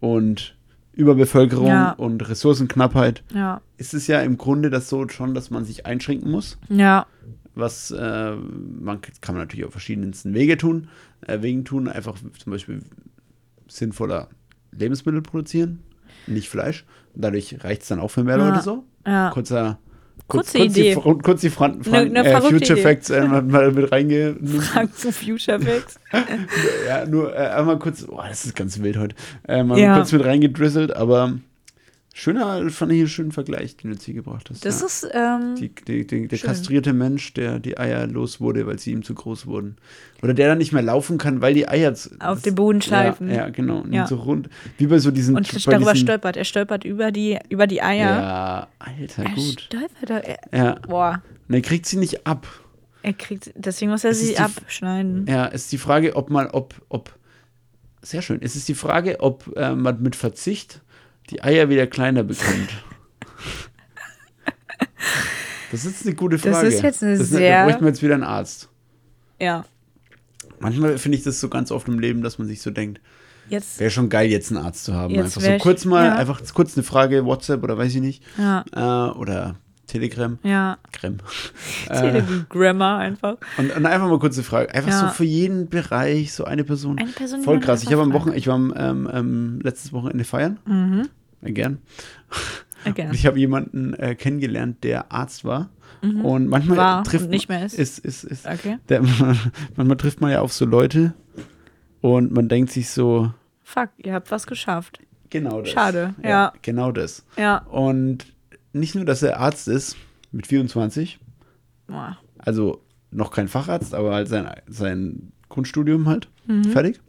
Speaker 2: und Überbevölkerung
Speaker 1: Ja.
Speaker 2: und Ressourcenknappheit,
Speaker 1: Ja.
Speaker 2: ist es ja im Grunde das so schon, dass man sich einschränken muss.
Speaker 1: Ja.
Speaker 2: was äh, man k- kann man natürlich auf verschiedensten Wege tun, äh, Wegen tun, einfach zum Beispiel sinnvoller Lebensmittel produzieren, nicht Fleisch. Dadurch reicht es dann auch für mehr
Speaker 1: Ja,
Speaker 2: Leute so.
Speaker 1: ja.
Speaker 2: Kurzer kurz,
Speaker 1: Kurze
Speaker 2: kurz
Speaker 1: Idee.
Speaker 2: Die, Fr- kurz die Fran Fran
Speaker 1: Ne- ne
Speaker 2: äh,
Speaker 1: verrückte
Speaker 2: Future
Speaker 1: Idee.
Speaker 2: Facts
Speaker 1: [LAUGHS]
Speaker 2: äh, mal- mal mit reingenommen.
Speaker 1: Fragen zu Future Facts.
Speaker 2: ja, nur äh, einmal kurz, boah, das ist ganz wild heute. Äh, mal
Speaker 1: Ja.
Speaker 2: kurz mit reingedrisselt, aber schöner, fand ich einen schönen Vergleich, den du jetzt hier gebracht hast.
Speaker 1: Das
Speaker 2: ja.
Speaker 1: ist, ähm,
Speaker 2: Die, die, die, der
Speaker 1: Schön.
Speaker 2: kastrierte Mensch, der die Eier los wurde, weil sie ihm zu groß wurden. Oder der dann nicht mehr laufen kann, weil die Eier zu,
Speaker 1: Auf den Boden schleifen.
Speaker 2: Ja, ja genau. Und
Speaker 1: Ja.
Speaker 2: so rund. Wie bei so diesen.
Speaker 1: und
Speaker 2: bei
Speaker 1: darüber
Speaker 2: diesen,
Speaker 1: stolpert. Er stolpert über die, über die Eier.
Speaker 2: Ja, Alter,
Speaker 1: er
Speaker 2: gut.
Speaker 1: stolpert. da- Er,
Speaker 2: Ja.
Speaker 1: boah.
Speaker 2: Und er kriegt sie nicht ab.
Speaker 1: Er kriegt, deswegen muss er
Speaker 2: Es ist
Speaker 1: sie
Speaker 2: die F-
Speaker 1: abschneiden.
Speaker 2: Ja, ist die Frage, ob man, ob, ob. Sehr schön. Es ist die Frage, ob äh, man mit Verzicht die Eier wieder kleiner bekommt.
Speaker 1: [LAUGHS]
Speaker 2: das ist eine gute
Speaker 1: Das
Speaker 2: Frage.
Speaker 1: ist jetzt eine
Speaker 2: Das ist
Speaker 1: sehr-
Speaker 2: Da bräuchten wir jetzt wieder einen Arzt.
Speaker 1: Ja.
Speaker 2: Manchmal finde ich das so ganz oft im Leben, dass man sich so denkt,
Speaker 1: Jetzt,
Speaker 2: wäre schon geil, jetzt einen Arzt zu haben.
Speaker 1: Jetzt
Speaker 2: einfach
Speaker 1: wär
Speaker 2: so
Speaker 1: ich-
Speaker 2: kurz mal,
Speaker 1: ja.
Speaker 2: einfach kurz eine Frage, WhatsApp oder weiß ich nicht.
Speaker 1: ja.
Speaker 2: Äh, oder Telegram.
Speaker 1: Ja. [LAUGHS]
Speaker 2: Creme. äh,
Speaker 1: Telegrammar einfach.
Speaker 2: und, und einfach mal kurz eine Frage. Einfach
Speaker 1: Ja.
Speaker 2: so für jeden Bereich, so eine Person.
Speaker 1: Eine Person, die
Speaker 2: Voll
Speaker 1: man
Speaker 2: krass. Ich
Speaker 1: einfach
Speaker 2: habe am
Speaker 1: fragt.
Speaker 2: Wochenende, ich war am ähm, ähm, letztes Wochenende feiern.
Speaker 1: Mhm.
Speaker 2: Äh, Gern.
Speaker 1: Okay.
Speaker 2: Und ich habe jemanden äh, kennengelernt, der Arzt war. Und manchmal
Speaker 1: Mhm. War
Speaker 2: trifft
Speaker 1: und nicht
Speaker 2: man-
Speaker 1: mehr ist.
Speaker 2: Ist, ist, ist.
Speaker 1: Okay.
Speaker 2: Der, [LAUGHS] manchmal trifft man ja auf so Leute und man denkt sich so,
Speaker 1: Fuck, ihr habt was geschafft.
Speaker 2: Genau das.
Speaker 1: Schade, ja.
Speaker 2: Genau das.
Speaker 1: Ja.
Speaker 2: Und nicht nur, dass er Arzt ist mit 24,
Speaker 1: Boah.
Speaker 2: also noch kein Facharzt, aber halt sein, sein Grundstudium halt
Speaker 1: Mhm.
Speaker 2: fertig.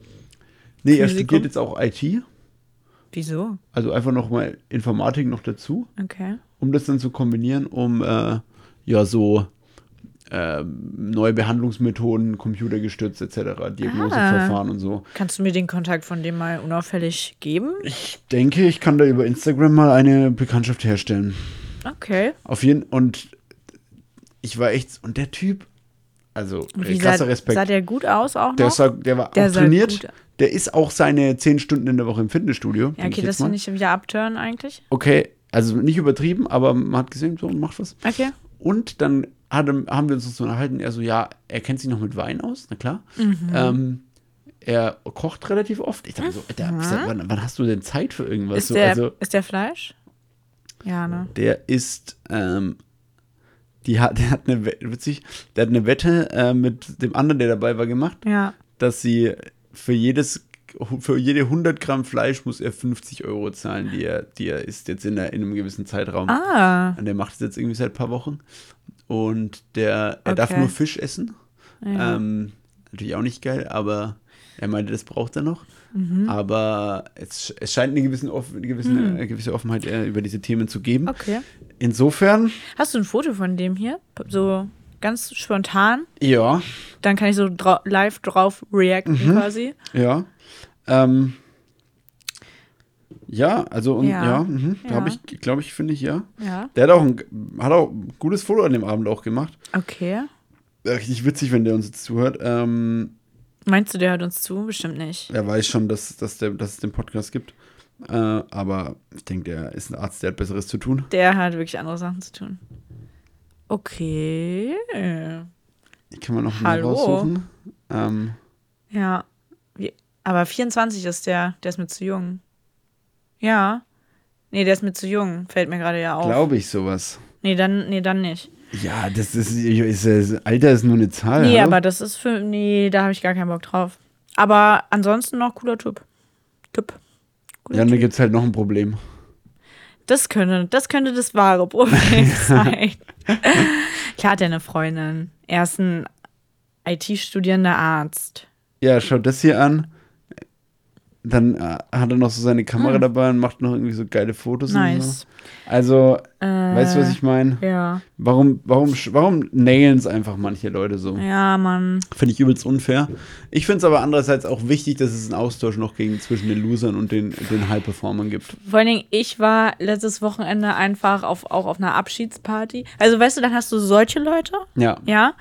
Speaker 2: Nee, er
Speaker 1: Physikum.
Speaker 2: studiert jetzt auch IT,
Speaker 1: Wieso?
Speaker 2: also einfach nochmal Informatik noch dazu,
Speaker 1: Okay.
Speaker 2: um das dann zu kombinieren, um äh, ja so ähm, neue Behandlungsmethoden, computergestützt etc.,
Speaker 1: Ah.
Speaker 2: Diagnoseverfahren und so.
Speaker 1: Kannst du mir den Kontakt von dem mal unauffällig geben?
Speaker 2: Ich denke, ich kann da über Instagram mal eine Bekanntschaft herstellen.
Speaker 1: Okay.
Speaker 2: Auf jeden und ich war echt und der Typ, also
Speaker 1: Und
Speaker 2: äh,
Speaker 1: wie
Speaker 2: krasser
Speaker 1: sah,
Speaker 2: Respekt.
Speaker 1: sah der gut aus auch noch?
Speaker 2: der, sah, der war
Speaker 1: Der
Speaker 2: auch
Speaker 1: sah
Speaker 2: trainiert.
Speaker 1: gut-
Speaker 2: Der ist auch seine zehn Stunden in der Woche im Fitnessstudio.
Speaker 1: ja,
Speaker 2: denk
Speaker 1: okay,
Speaker 2: ich
Speaker 1: das
Speaker 2: jetzt mal.
Speaker 1: finde ich wieder abtören eigentlich.
Speaker 2: Okay, also nicht übertrieben, aber man hat gesehen, so macht was.
Speaker 1: Okay.
Speaker 2: Und dann hat, haben wir uns so unterhalten, er so, ja, er kennt sich noch mit Wein aus, na klar.
Speaker 1: Mhm.
Speaker 2: Ähm, er kocht relativ oft. Ich dachte so, Alter,
Speaker 1: Mhm.
Speaker 2: wie gesagt, wann, wann hast du denn Zeit für irgendwas?
Speaker 1: Ist,
Speaker 2: so,
Speaker 1: der,
Speaker 2: also,
Speaker 1: ist der Fleisch? Ja, ne?
Speaker 2: der ist, ähm, die hat, der hat eine, We- witzig, der hat eine Wette äh, mit dem anderen, der dabei war, gemacht,
Speaker 1: Ja.
Speaker 2: dass sie für jedes, für jede 100 Gramm Fleisch muss er 50 Euro zahlen, die er, die er isst jetzt in, der, in einem gewissen Zeitraum.
Speaker 1: Ah,
Speaker 2: Und der macht es jetzt irgendwie seit ein paar Wochen. Und der, er darf
Speaker 1: Okay.
Speaker 2: nur Fisch essen.
Speaker 1: Ja.
Speaker 2: Ähm, natürlich auch nicht geil, aber er meinte, das braucht er noch.
Speaker 1: Mhm.
Speaker 2: Aber es, es scheint eine, gewissen Off, eine gewisse, eine gewisse Offenheit äh, über diese Themen zu geben.
Speaker 1: okay.
Speaker 2: Insofern,
Speaker 1: Hast du ein Foto von dem hier? So ganz spontan.
Speaker 2: ja,
Speaker 1: Dann kann ich so drau- live drauf reacten
Speaker 2: Mhm.
Speaker 1: quasi.
Speaker 2: ja. Ähm, ja, also und,
Speaker 1: Ja,
Speaker 2: ja, mhm, glaube
Speaker 1: ja.
Speaker 2: ich, glaube ich, finde ich, ja.
Speaker 1: Ja.
Speaker 2: Der hat auch ein, hat auch ein gutes Foto an dem Abend auch gemacht.
Speaker 1: Okay.
Speaker 2: Äh, Richtig witzig, wenn der uns jetzt zuhört. Ähm,
Speaker 1: Meinst du, der hört uns zu? Bestimmt nicht.
Speaker 2: Er weiß schon, dass, dass, der, dass es den Podcast gibt. Äh, aber ich denke, der ist ein Arzt, der hat Besseres zu tun.
Speaker 1: Der hat wirklich andere Sachen zu tun. Okay.
Speaker 2: Ich kann mal noch mal
Speaker 1: Hallo.
Speaker 2: raussuchen. Ähm,
Speaker 1: Ja. Wie- Aber 24 ist der. Der ist mir zu jung. Ja. Nee, der ist mir zu jung. Fällt mir gerade ja auf.
Speaker 2: Glaube ich sowas.
Speaker 1: Nee, dann, nee, dann nicht.
Speaker 2: Ja, das ist, ist, ist Alter ist nur eine Zahl.
Speaker 1: Nee,
Speaker 2: hallo?
Speaker 1: aber das ist für. Nee, da habe ich gar keinen Bock drauf. Aber ansonsten noch cooler Typ. Typ. Cooler
Speaker 2: ja, und
Speaker 1: Typ.
Speaker 2: dann gibt es halt noch ein Problem.
Speaker 1: Das könnte, das könnte das wahre
Speaker 2: [LAUGHS]
Speaker 1: Problem sein. [LAUGHS] Klar hat er eine Freundin. Er ist ein IT-studierender Arzt.
Speaker 2: Ja, schau das hier an. Dann äh, hat er noch so seine Kamera dabei und macht noch irgendwie so geile Fotos. Und so.
Speaker 1: Ah. Nice.
Speaker 2: Also,
Speaker 1: Äh,
Speaker 2: weißt du, was ich meine?
Speaker 1: Ja.
Speaker 2: Warum, warum, sch- warum nailen es einfach manche Leute so?
Speaker 1: Ja, Mann.
Speaker 2: Finde ich übelst unfair. Ich finde es aber andererseits auch wichtig, dass es einen Austausch noch gegen, zwischen den Losern und den, den High-Performern gibt.
Speaker 1: Vor allen Dingen, ich war letztes Wochenende einfach auf, auch auf einer Abschiedsparty. Also, weißt du, dann hast du solche Leute,
Speaker 2: Ja.
Speaker 1: ja.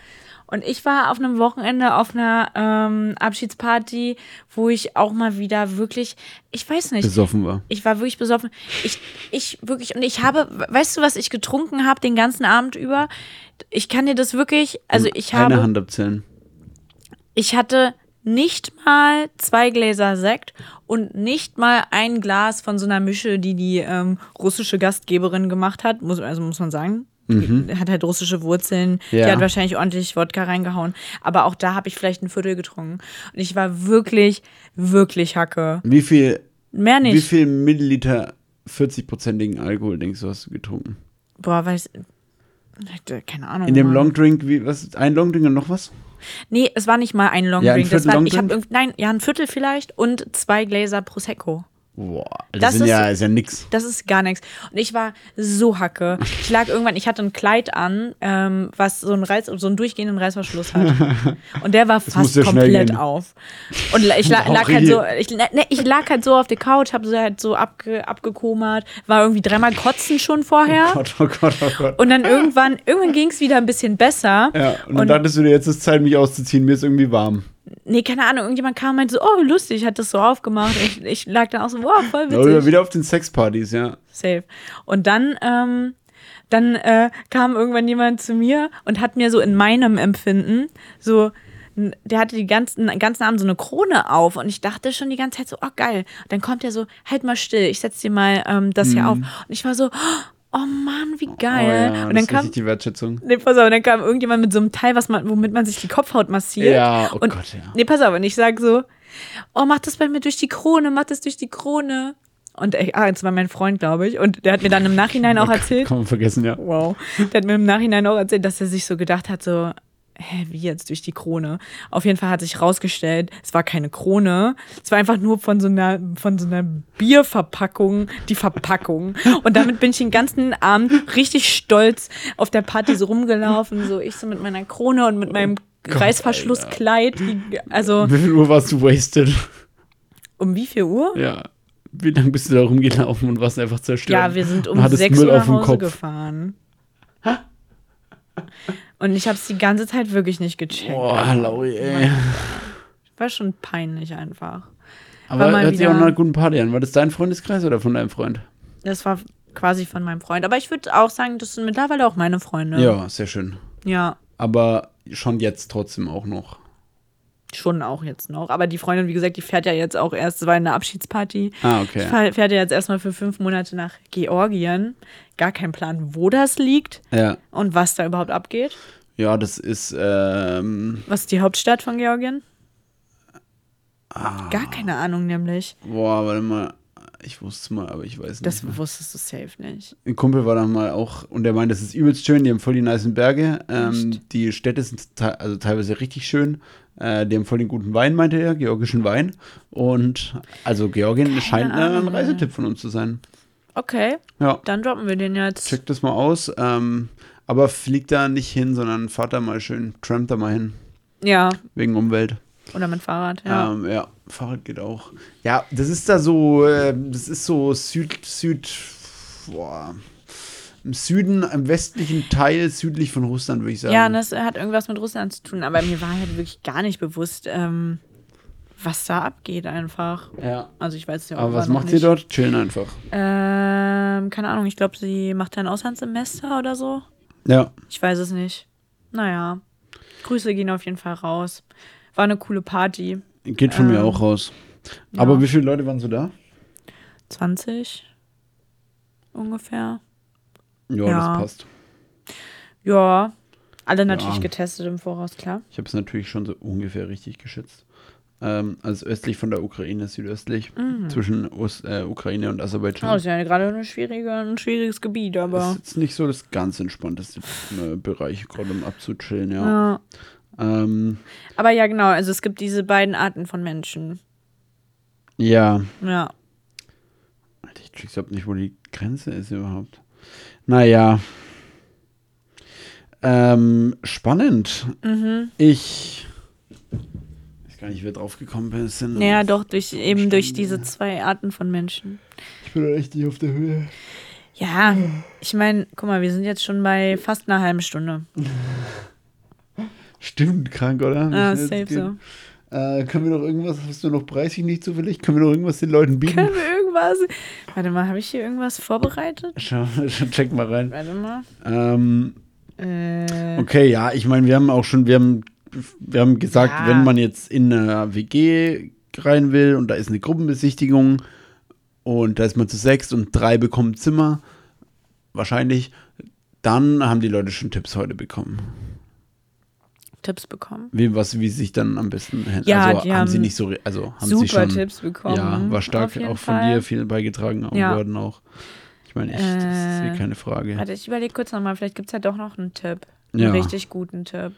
Speaker 1: Und ich war auf einem Wochenende auf einer ähm, Abschiedsparty, wo ich auch mal wieder wirklich, ich weiß nicht,
Speaker 2: Besoffen war.
Speaker 1: Ich war wirklich besoffen. Ich, ich wirklich, und ich habe, weißt du, was ich getrunken habe den ganzen Abend über? Ich kann dir das wirklich, also ich
Speaker 2: Eine
Speaker 1: habe,
Speaker 2: Hand abzählen.
Speaker 1: ich hatte nicht mal zwei Gläser Sekt und nicht mal ein Glas von so einer Mische, die die ähm, russische Gastgeberin gemacht hat, muss, also muss man sagen. Die Hat halt russische Wurzeln,
Speaker 2: Mhm. Ja.
Speaker 1: die hat wahrscheinlich ordentlich Wodka reingehauen. Aber auch da habe ich vielleicht ein Viertel getrunken. Und ich war wirklich, wirklich Hacke.
Speaker 2: Wie viel,
Speaker 1: Mehr nicht.
Speaker 2: wie viel Milliliter 40-prozentigen Alkohol, denkst du, hast du getrunken?
Speaker 1: Boah, weiß. Keine Ahnung.
Speaker 2: In dem
Speaker 1: Mann.
Speaker 2: Longdrink, wie, was, ein Longdrink und noch was?
Speaker 1: Nee, es war nicht mal ein Long
Speaker 2: Ja, ein
Speaker 1: Drink. das
Speaker 2: Viertel
Speaker 1: war,
Speaker 2: Long
Speaker 1: ich hab
Speaker 2: Drink?
Speaker 1: irgend, nein, ja, ein Viertel vielleicht und zwei Gläser Prosecco.
Speaker 2: Boah, das,
Speaker 1: Das
Speaker 2: sind
Speaker 1: ist-
Speaker 2: ja, ist ja
Speaker 1: [LAUGHS]
Speaker 2: nix.
Speaker 1: Das ist gar nichts. Und ich war so hacke. Ich lag irgendwann, ich hatte ein Kleid an, ähm, was so einen Reiß, so einen durchgehenden
Speaker 2: [LAUGHS]
Speaker 1: Reißverschluss hat. Und der war
Speaker 2: muss
Speaker 1: fast
Speaker 2: ja schnell
Speaker 1: komplett
Speaker 2: gehen.
Speaker 1: auf. Und la- ich
Speaker 2: [LAUGHS]
Speaker 1: la
Speaker 2: Auch
Speaker 1: lag halt so, ich,
Speaker 2: richtig.
Speaker 1: ne, ich lag halt so auf der Couch, hab so halt so abge abgekomert, war irgendwie dreimal kotzen schon vorher.
Speaker 2: Gott, oh Gott, oh Gott.
Speaker 1: Und dann irgendwann, irgendwann ging es wieder ein bisschen besser.
Speaker 2: ja, und, dann dachtest du dir, jetzt ist Zeit, mich auszuziehen, mir ist irgendwie warm.
Speaker 1: Nee, keine Ahnung, irgendjemand kam und meinte so, oh, lustig, hat das so aufgemacht. Ich, ich lag dann auch so, wow, voll
Speaker 2: Oder
Speaker 1: witzig.
Speaker 2: wieder auf den Sexpartys, ja.
Speaker 1: Safe. Und dann, ähm, dann äh, kam irgendwann jemand zu mir und hat mir so in meinem Empfinden so, n- der hatte die ganzen, den ganzen Abend so eine Krone auf und ich dachte schon die ganze Zeit so, oh geil. Und dann kommt er so, halt mal still, ich setz dir mal ähm, das hier auf. Und ich war so, oh Mann, wie geil.
Speaker 2: Mhm. Oh ja, das
Speaker 1: und dann
Speaker 2: ist
Speaker 1: kam,
Speaker 2: richtig die Wertschätzung.
Speaker 1: Nee, pass auf, und dann kam irgendjemand mit so einem Teil, was man, womit man sich die Kopfhaut massiert.
Speaker 2: Ja, oh
Speaker 1: und,
Speaker 2: Gott, ja.
Speaker 1: Nee, pass auf, und ich sag so, oh, mach das bei mir durch die Krone, mach das durch die Krone. Und äh, ah, jetzt war mein Freund, glaube ich, und der hat mir dann im Nachhinein auch erzählt, Oh.
Speaker 2: Kann man vergessen, ja.
Speaker 1: wow, der hat mir im Nachhinein auch erzählt, dass er sich so gedacht hat, so, hä, wie jetzt durch die Krone? Auf jeden Fall hat sich rausgestellt, es war keine Krone, es war einfach nur von so einer, von so einer Bierverpackung, die Verpackung. Und damit bin ich den ganzen Abend richtig stolz auf der Party so rumgelaufen, so ich so mit meiner Krone und mit
Speaker 2: Oh
Speaker 1: meinem Reißverschlusskleid. die- Also,
Speaker 2: Wie viel Uhr warst du wasted? [LAUGHS]
Speaker 1: um wie viel Uhr?
Speaker 2: Ja. Wie lange bist du da rumgelaufen und warst einfach zerstört?
Speaker 1: Ja, wir sind
Speaker 2: Und
Speaker 1: um
Speaker 2: hattest
Speaker 1: 6
Speaker 2: Müll
Speaker 1: Uhr nach
Speaker 2: auf dem
Speaker 1: Hause
Speaker 2: Kopf.
Speaker 1: gefahren. Und ich habe es die ganze Zeit wirklich nicht gecheckt.
Speaker 2: Boah, Lauri, ey.
Speaker 1: War schon peinlich einfach.
Speaker 2: Aber
Speaker 1: mal
Speaker 2: hört sich
Speaker 1: wieder-
Speaker 2: auch nach einer guten Party an. War das dein Freundeskreis oder von deinem Freund?
Speaker 1: Das war quasi von meinem Freund. Aber ich würde auch sagen, das sind mittlerweile auch meine Freunde.
Speaker 2: Ja, sehr schön.
Speaker 1: Ja,
Speaker 2: Aber schon jetzt trotzdem auch noch.
Speaker 1: schon auch jetzt noch. Aber die Freundin, wie gesagt, die fährt ja jetzt auch erst, es war eine Abschiedsparty.
Speaker 2: Ah,
Speaker 1: Die
Speaker 2: okay.
Speaker 1: fahr- fährt ja jetzt erstmal für fünf Monate nach Georgien. Gar kein Plan, wo das liegt
Speaker 2: Ja,
Speaker 1: und was da überhaupt abgeht.
Speaker 2: ja das ist, ähm,
Speaker 1: Was ist die Hauptstadt von Georgien?
Speaker 2: Ah.
Speaker 1: Gar keine Ahnung, nämlich.
Speaker 2: boah, warte mal. Ich wusste es mal, aber ich weiß nicht.
Speaker 1: Das wusstest du safe nicht.
Speaker 2: Ein Kumpel war da mal auch und der meinte, das ist übelst schön, die haben voll die niceen Berge. Ähm, die Städte sind te also teilweise richtig schön. Äh, die haben voll den guten Wein, meinte er, georgischen Wein. Und also Georgien scheint ein
Speaker 1: Ahnung.
Speaker 2: Reisetipp von uns zu sein.
Speaker 1: Okay,
Speaker 2: Ja,
Speaker 1: dann droppen wir den jetzt.
Speaker 2: checkt das mal aus. Ähm, aber fliegt da nicht hin, sondern fahrt da mal schön, trampt da mal hin,
Speaker 1: Ja,
Speaker 2: wegen Umwelt.
Speaker 1: oder mit Fahrrad, ja.
Speaker 2: Ja, ähm, ja Fahrrad geht auch. Ja, das ist da so, äh, das ist so Süd, Süd, boah. Im Süden, im westlichen Teil, südlich von Russland, würde ich sagen.
Speaker 1: Ja, ne? und das hat irgendwas mit Russland zu tun, aber mir war halt wirklich gar nicht bewusst, ähm, was da abgeht einfach.
Speaker 2: Ja.
Speaker 1: Also ich weiß ja auch
Speaker 2: Aber was
Speaker 1: noch
Speaker 2: macht
Speaker 1: nicht.
Speaker 2: ihr dort? Chillen einfach.
Speaker 1: Ähm, keine Ahnung, ich glaube, sie macht ein Auslandssemester oder so.
Speaker 2: Ja.
Speaker 1: Ich weiß es nicht. Naja, Grüße gehen auf jeden Fall raus. War eine coole Party.
Speaker 2: Geht von mir
Speaker 1: Ähm,
Speaker 2: auch raus.
Speaker 1: ja.
Speaker 2: Aber wie viele Leute waren so da?
Speaker 1: 20 ungefähr.
Speaker 2: Ja,
Speaker 1: Ja.
Speaker 2: das passt.
Speaker 1: Ja, alle natürlich
Speaker 2: Ja.
Speaker 1: getestet im Voraus, klar.
Speaker 2: Ich habe es natürlich schon so ungefähr richtig geschätzt. Ähm, also östlich von der Ukraine, südöstlich,
Speaker 1: Mhm.
Speaker 2: zwischen Ost, äh, Ukraine und
Speaker 1: Oh,
Speaker 2: Aserbaidschan.
Speaker 1: ist ja gerade eine schwierige, ein schwieriges Gebiet,
Speaker 2: Das
Speaker 1: aber.
Speaker 2: ist jetzt nicht so das ganz entspannteste äh, Bereich, gerade um abzuchillen, ja.
Speaker 1: Ja.
Speaker 2: Ähm,
Speaker 1: Aber ja, genau, also es gibt diese beiden Arten von Menschen.
Speaker 2: ja.
Speaker 1: Ja.
Speaker 2: Alter, ich check's überhaupt nicht, wo die Grenze ist überhaupt. Naja. Ähm, spannend.
Speaker 1: Mhm.
Speaker 2: Ich. weiß gar nicht, wie wir drauf gekommen bin. Es sind-
Speaker 1: Naja, doch, durch eben durch diese zwei Arten von Menschen.
Speaker 2: Ich bin doch echt nicht auf der Höhe.
Speaker 1: Ja, ich meine, guck mal, wir sind jetzt schon bei fast einer halben Stunde.
Speaker 2: Stimmt, krank, oder? Wie
Speaker 1: Ah,
Speaker 2: schnell
Speaker 1: safe
Speaker 2: das
Speaker 1: so.
Speaker 2: geht. Äh, können wir noch irgendwas, hast du noch preisig nicht zufällig? Können wir noch irgendwas den Leuten bieten?
Speaker 1: Können wir irgendwas? Warte mal, habe ich hier irgendwas vorbereitet?
Speaker 2: Schau, [LAUGHS] schau, check mal rein.
Speaker 1: Warte mal.
Speaker 2: Ähm,
Speaker 1: Äh,
Speaker 2: Okay, ja, ich meine, wir haben auch schon, wir haben, wir haben gesagt,
Speaker 1: Ja.
Speaker 2: wenn man jetzt in eine WG rein will und da ist eine Gruppenbesichtigung und da ist man zu sechs und drei bekommen Zimmer, wahrscheinlich, dann haben die Leute schon Tipps heute bekommen.
Speaker 1: Tipps bekommen.
Speaker 2: Wie, was, wie sich dann am besten händeln.
Speaker 1: Ja,
Speaker 2: also
Speaker 1: die
Speaker 2: haben, sie
Speaker 1: haben
Speaker 2: nicht so, re- also haben sie
Speaker 1: Super
Speaker 2: schon.
Speaker 1: Tipps bekommen.
Speaker 2: Ja, war
Speaker 1: auf
Speaker 2: stark
Speaker 1: jeden
Speaker 2: auch von
Speaker 1: Fall.
Speaker 2: dir viel beigetragen
Speaker 1: Ja.
Speaker 2: worden auch. Ich meine, echt, das ist hier
Speaker 1: Äh,
Speaker 2: keine Frage.
Speaker 1: Warte, ich überlege kurz nochmal, vielleicht gibt es ja doch noch einen Tipp.
Speaker 2: Ja.
Speaker 1: Einen richtig guten Tipp.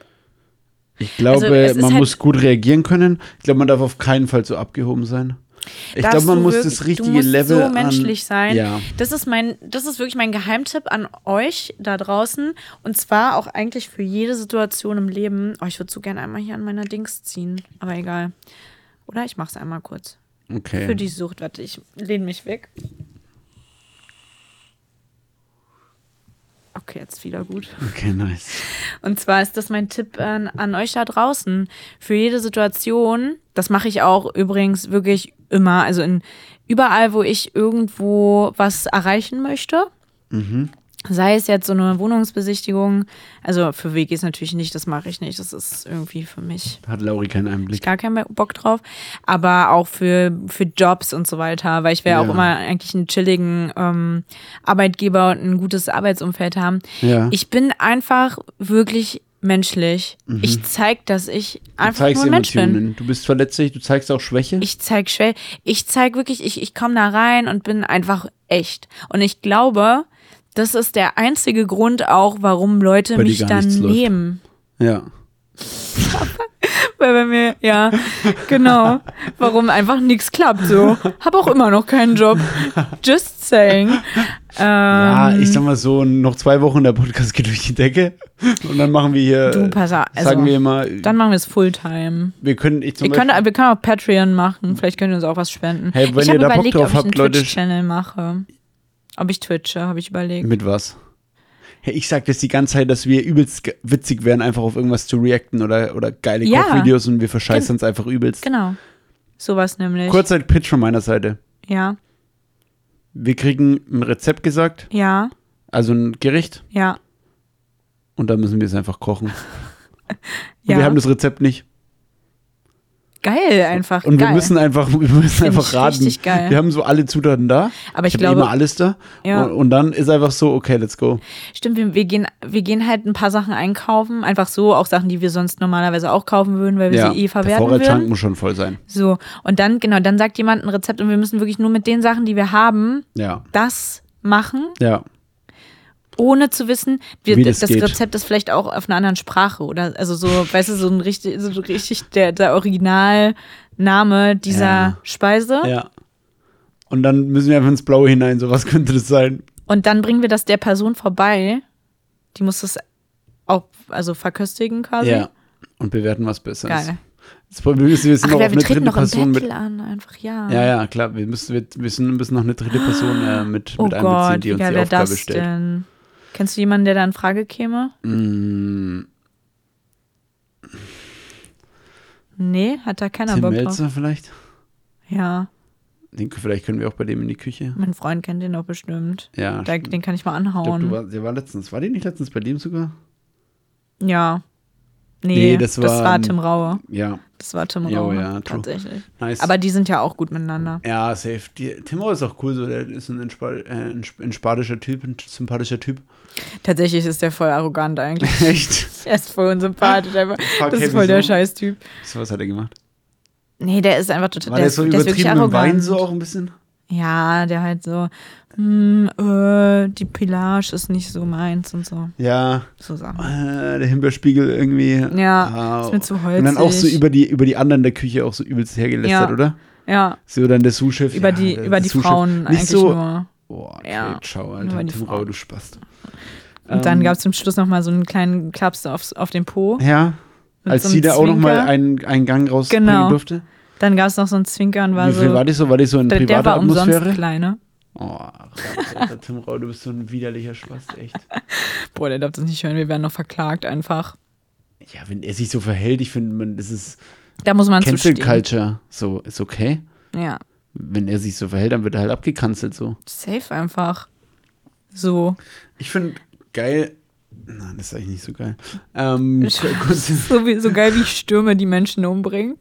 Speaker 2: Ich glaube,
Speaker 1: Also, es ist
Speaker 2: man
Speaker 1: halt-
Speaker 2: muss gut reagieren können. Ich glaube, man darf auf keinen Fall zu abgehoben sein. Ich
Speaker 1: Darfst
Speaker 2: glaube, man
Speaker 1: du
Speaker 2: muss
Speaker 1: wirklich-
Speaker 2: das richtige
Speaker 1: du musst
Speaker 2: Level
Speaker 1: so menschlich
Speaker 2: an,
Speaker 1: sein.
Speaker 2: Ja,
Speaker 1: Das ist mein, das ist wirklich mein Geheimtipp an euch da draußen und zwar auch eigentlich für jede Situation im Leben. Oh, ich würde so gerne einmal hier an meiner Dings ziehen, aber egal. Oder ich mach's einmal kurz.
Speaker 2: okay.
Speaker 1: Für die Sucht, warte, ich lehne mich weg. Okay, jetzt wieder gut.
Speaker 2: Okay, nice.
Speaker 1: Und zwar ist das mein Tipp an, an euch da draußen. Für jede Situation, das mache ich auch übrigens wirklich immer, also in überall, wo ich irgendwo was erreichen möchte. Sei es jetzt so eine Wohnungsbesichtigung, also für WGs natürlich nicht, das mache ich nicht. Das ist irgendwie für mich
Speaker 2: Hat Lauri keinen
Speaker 1: ich
Speaker 2: Einblick.
Speaker 1: gar keinen Bock drauf. Aber auch für, für Jobs und so weiter, weil ich will ja. auch
Speaker 2: Ja.
Speaker 1: immer eigentlich einen chilligen ähm, Arbeitgeber und ein gutes Arbeitsumfeld haben.
Speaker 2: Ja.
Speaker 1: Ich bin einfach wirklich menschlich. Ich zeig, dass ich
Speaker 2: Mhm. Du
Speaker 1: einfach
Speaker 2: zeigst
Speaker 1: nur ein Mensch bin.
Speaker 2: Emotionen. Du bist verletzlich, du zeigst auch Schwäche.
Speaker 1: Ich zeig schwer. Ich zeig wirklich, ich, ich komme da rein und bin einfach echt. Und ich glaube, das ist der einzige Grund auch, warum Leute
Speaker 2: Bei dir
Speaker 1: mich
Speaker 2: gar
Speaker 1: dann
Speaker 2: nichts läuft.
Speaker 1: nehmen.
Speaker 2: ja.
Speaker 1: Weil bei mir, ja, genau. Warum einfach nichts klappt so. Hab auch immer noch keinen Job. Just saying. Ähm,
Speaker 2: ja, Ah, ich sag mal so, noch zwei Wochen der Podcast geht durch die Decke. Und dann machen wir hier,
Speaker 1: du, pass auf. Also,
Speaker 2: sagen wir immer,
Speaker 1: dann machen wir es Fulltime.
Speaker 2: wir können, ich zum
Speaker 1: Wir
Speaker 2: Beispiel,
Speaker 1: können, wir können auch Patreon machen. Vielleicht könnt ihr uns auch was spenden.
Speaker 2: Hey, wenn
Speaker 1: ich
Speaker 2: ihr
Speaker 1: habe
Speaker 2: da Bock
Speaker 1: überlegt,
Speaker 2: drauf
Speaker 1: ob ich
Speaker 2: habt,
Speaker 1: einen
Speaker 2: Leute,
Speaker 1: Twitch-Channel mache. Ob ich twitche, habe ich überlegt.
Speaker 2: mit was? Hey, ich sag das die ganze Zeit, dass wir übelst ge- witzig wären, einfach auf irgendwas zu reacten oder, oder geile
Speaker 1: Ja.
Speaker 2: Kochvideos und wir verscheißen uns einfach übelst.
Speaker 1: Genau. Sowas nämlich.
Speaker 2: Kurzer Pitch von meiner Seite.
Speaker 1: Ja.
Speaker 2: Wir kriegen ein Rezept gesagt,
Speaker 1: Ja,
Speaker 2: also ein Gericht,
Speaker 1: ja,
Speaker 2: und dann müssen wir es einfach
Speaker 1: [LAUGHS]
Speaker 2: kochen. Und
Speaker 1: ja.
Speaker 2: wir haben das Rezept nicht.
Speaker 1: geil einfach.
Speaker 2: Und
Speaker 1: geil.
Speaker 2: wir müssen einfach, [LAUGHS] wir müssen einfach
Speaker 1: ich
Speaker 2: raten.
Speaker 1: richtig geil.
Speaker 2: Wir haben so alle Zutaten da.
Speaker 1: Aber ich
Speaker 2: hab
Speaker 1: glaube-
Speaker 2: immer alles da.
Speaker 1: Ja.
Speaker 2: Und, und dann ist einfach so, okay, let's go.
Speaker 1: Stimmt, wir, wir, gehen, wir gehen halt ein paar Sachen einkaufen, einfach so, auch Sachen, die wir sonst normalerweise auch kaufen würden, weil wir sie eh
Speaker 2: der
Speaker 1: verwerten
Speaker 2: Vorratschrank
Speaker 1: würden.
Speaker 2: muss schon voll sein.
Speaker 1: So, und dann, genau, dann sagt jemand ein Rezept und wir müssen wirklich nur mit den Sachen, die wir haben,
Speaker 2: Ja,
Speaker 1: das machen,
Speaker 2: ja,
Speaker 1: ohne zu wissen, wir,
Speaker 2: Wie
Speaker 1: das,
Speaker 2: das geht.
Speaker 1: Rezept ist vielleicht auch auf einer anderen Sprache oder also so, weißt du, so ein richtig, so richtig der, der Originalname dieser
Speaker 2: Ja.
Speaker 1: Speise.
Speaker 2: ja. Und dann müssen wir einfach ins Blaue hinein. So, was [LAUGHS] könnte das sein?
Speaker 1: Und dann bringen wir das der Person vorbei, die muss das auch, also verköstigen quasi.
Speaker 2: Ja. Und bewerten, was besser ist.
Speaker 1: Geil.
Speaker 2: Jetzt wollen wir wir
Speaker 1: Ach,
Speaker 2: sind noch
Speaker 1: wir,
Speaker 2: auf
Speaker 1: wir
Speaker 2: eine
Speaker 1: treten
Speaker 2: dritte
Speaker 1: noch im
Speaker 2: Person mit.
Speaker 1: Battle an, einfach, ja.
Speaker 2: Ja, ja, klar. Wir müssen, wir müssen, müssen noch eine dritte Person äh, mit,
Speaker 1: oh
Speaker 2: mit einbeziehen,
Speaker 1: Gott,
Speaker 2: die
Speaker 1: wie
Speaker 2: uns
Speaker 1: geil
Speaker 2: die
Speaker 1: wäre
Speaker 2: Aufgabe
Speaker 1: das
Speaker 2: stellt.
Speaker 1: denn? Kennst du jemanden, der da in Frage käme?
Speaker 2: Mm,
Speaker 1: Nee, hat da keiner
Speaker 2: Tim
Speaker 1: Bock drauf.
Speaker 2: Melzer vielleicht?
Speaker 1: Ja,
Speaker 2: Den, vielleicht können wir auch bei dem in die Küche.
Speaker 1: mein Freund kennt den doch bestimmt.
Speaker 2: Ja,
Speaker 1: Da,
Speaker 2: stimmt.
Speaker 1: den kann ich mal
Speaker 2: Ich glaub, du
Speaker 1: anhauen.
Speaker 2: war, der war letztens. War die nicht letztens bei dem sogar?
Speaker 1: ja. Nee,
Speaker 2: Nee,
Speaker 1: das,
Speaker 2: das
Speaker 1: war,
Speaker 2: war,
Speaker 1: Tim Raue.
Speaker 2: Ja,
Speaker 1: Das war Tim
Speaker 2: Jo,
Speaker 1: Raue,
Speaker 2: ja, true.
Speaker 1: tatsächlich.
Speaker 2: nice.
Speaker 1: Aber die sind ja auch gut miteinander.
Speaker 2: ja, safe. Die, Timo ist auch cool, so. der ist ein entspa äh, entsp entspadischer Typ, ein sympathischer
Speaker 1: [LAUGHS]
Speaker 2: Typ.
Speaker 1: Tatsächlich ist der voll arrogant eigentlich. [LAUGHS]
Speaker 2: Echt?
Speaker 1: er ist voll unsympathisch. einfach.
Speaker 2: Fuck,
Speaker 1: Das
Speaker 2: hey,
Speaker 1: ist voll der
Speaker 2: wieso?
Speaker 1: Scheißtyp.
Speaker 2: So was hat er gemacht.
Speaker 1: Nee, der ist einfach total.
Speaker 2: War der,
Speaker 1: ist,
Speaker 2: so
Speaker 1: der ist wirklich
Speaker 2: übertrieben im
Speaker 1: arrogant.
Speaker 2: Wein so auch ein bisschen?
Speaker 1: Ja, der halt so, hm, äh, die Pillage ist nicht so meins und so.
Speaker 2: Ja,
Speaker 1: So Sachen.
Speaker 2: äh, der Himbeerspiegel irgendwie.
Speaker 1: Ja,
Speaker 2: Ah,
Speaker 1: ist mir zu holzig.
Speaker 2: Und dann auch so über die, über die anderen der Küche auch so übelst hergelästert,
Speaker 1: Ja.
Speaker 2: oder?
Speaker 1: Ja,
Speaker 2: So dann der Sous-Chef.
Speaker 1: über
Speaker 2: ja,
Speaker 1: die,
Speaker 2: der-
Speaker 1: über
Speaker 2: der
Speaker 1: die
Speaker 2: Sous-Chef.
Speaker 1: Frauen
Speaker 2: Nicht
Speaker 1: eigentlich
Speaker 2: so,
Speaker 1: nur.
Speaker 2: Boah, okay,
Speaker 1: Ja.
Speaker 2: ciao,
Speaker 1: Über
Speaker 2: Alter.
Speaker 1: die
Speaker 2: Tim
Speaker 1: Frauen.
Speaker 2: Rau, du Spast.
Speaker 1: Und
Speaker 2: ähm,
Speaker 1: dann gab es zum Schluss nochmal so einen kleinen Klaps aufs, auf den Po.
Speaker 2: Ja,
Speaker 1: Mit
Speaker 2: als
Speaker 1: so einem
Speaker 2: sie da auch nochmal
Speaker 1: Zwinker.
Speaker 2: einen, einen Gang rausbringen
Speaker 1: Genau.
Speaker 2: durfte.
Speaker 1: Dann gab es noch so einen Zwinkern, war
Speaker 2: Wie viel
Speaker 1: so.
Speaker 2: war das so? War das so in
Speaker 1: der, der
Speaker 2: privater
Speaker 1: war umsonst ne?
Speaker 2: Atmosphäre?
Speaker 1: kleiner.
Speaker 2: Oh, Ramsch, Alter, Tim Rau, du bist so ein widerlicher Spast, echt.
Speaker 1: Boah, der darf das nicht hören, wir werden noch verklagt einfach.
Speaker 2: Ja, wenn er sich so verhält, ich finde, man, das ist
Speaker 1: Da muss man
Speaker 2: Cancel
Speaker 1: zustehen.
Speaker 2: Culture. So, ist okay.
Speaker 1: Ja,
Speaker 2: Wenn er sich so verhält, dann wird er halt abgekanzelt so.
Speaker 1: safe einfach. So.
Speaker 2: Ich finde geil. Nein, das ist eigentlich nicht so geil.
Speaker 1: [LAUGHS]
Speaker 2: Ähm, kurz,
Speaker 1: So, wie, so geil wie Stürme die Menschen umbringen.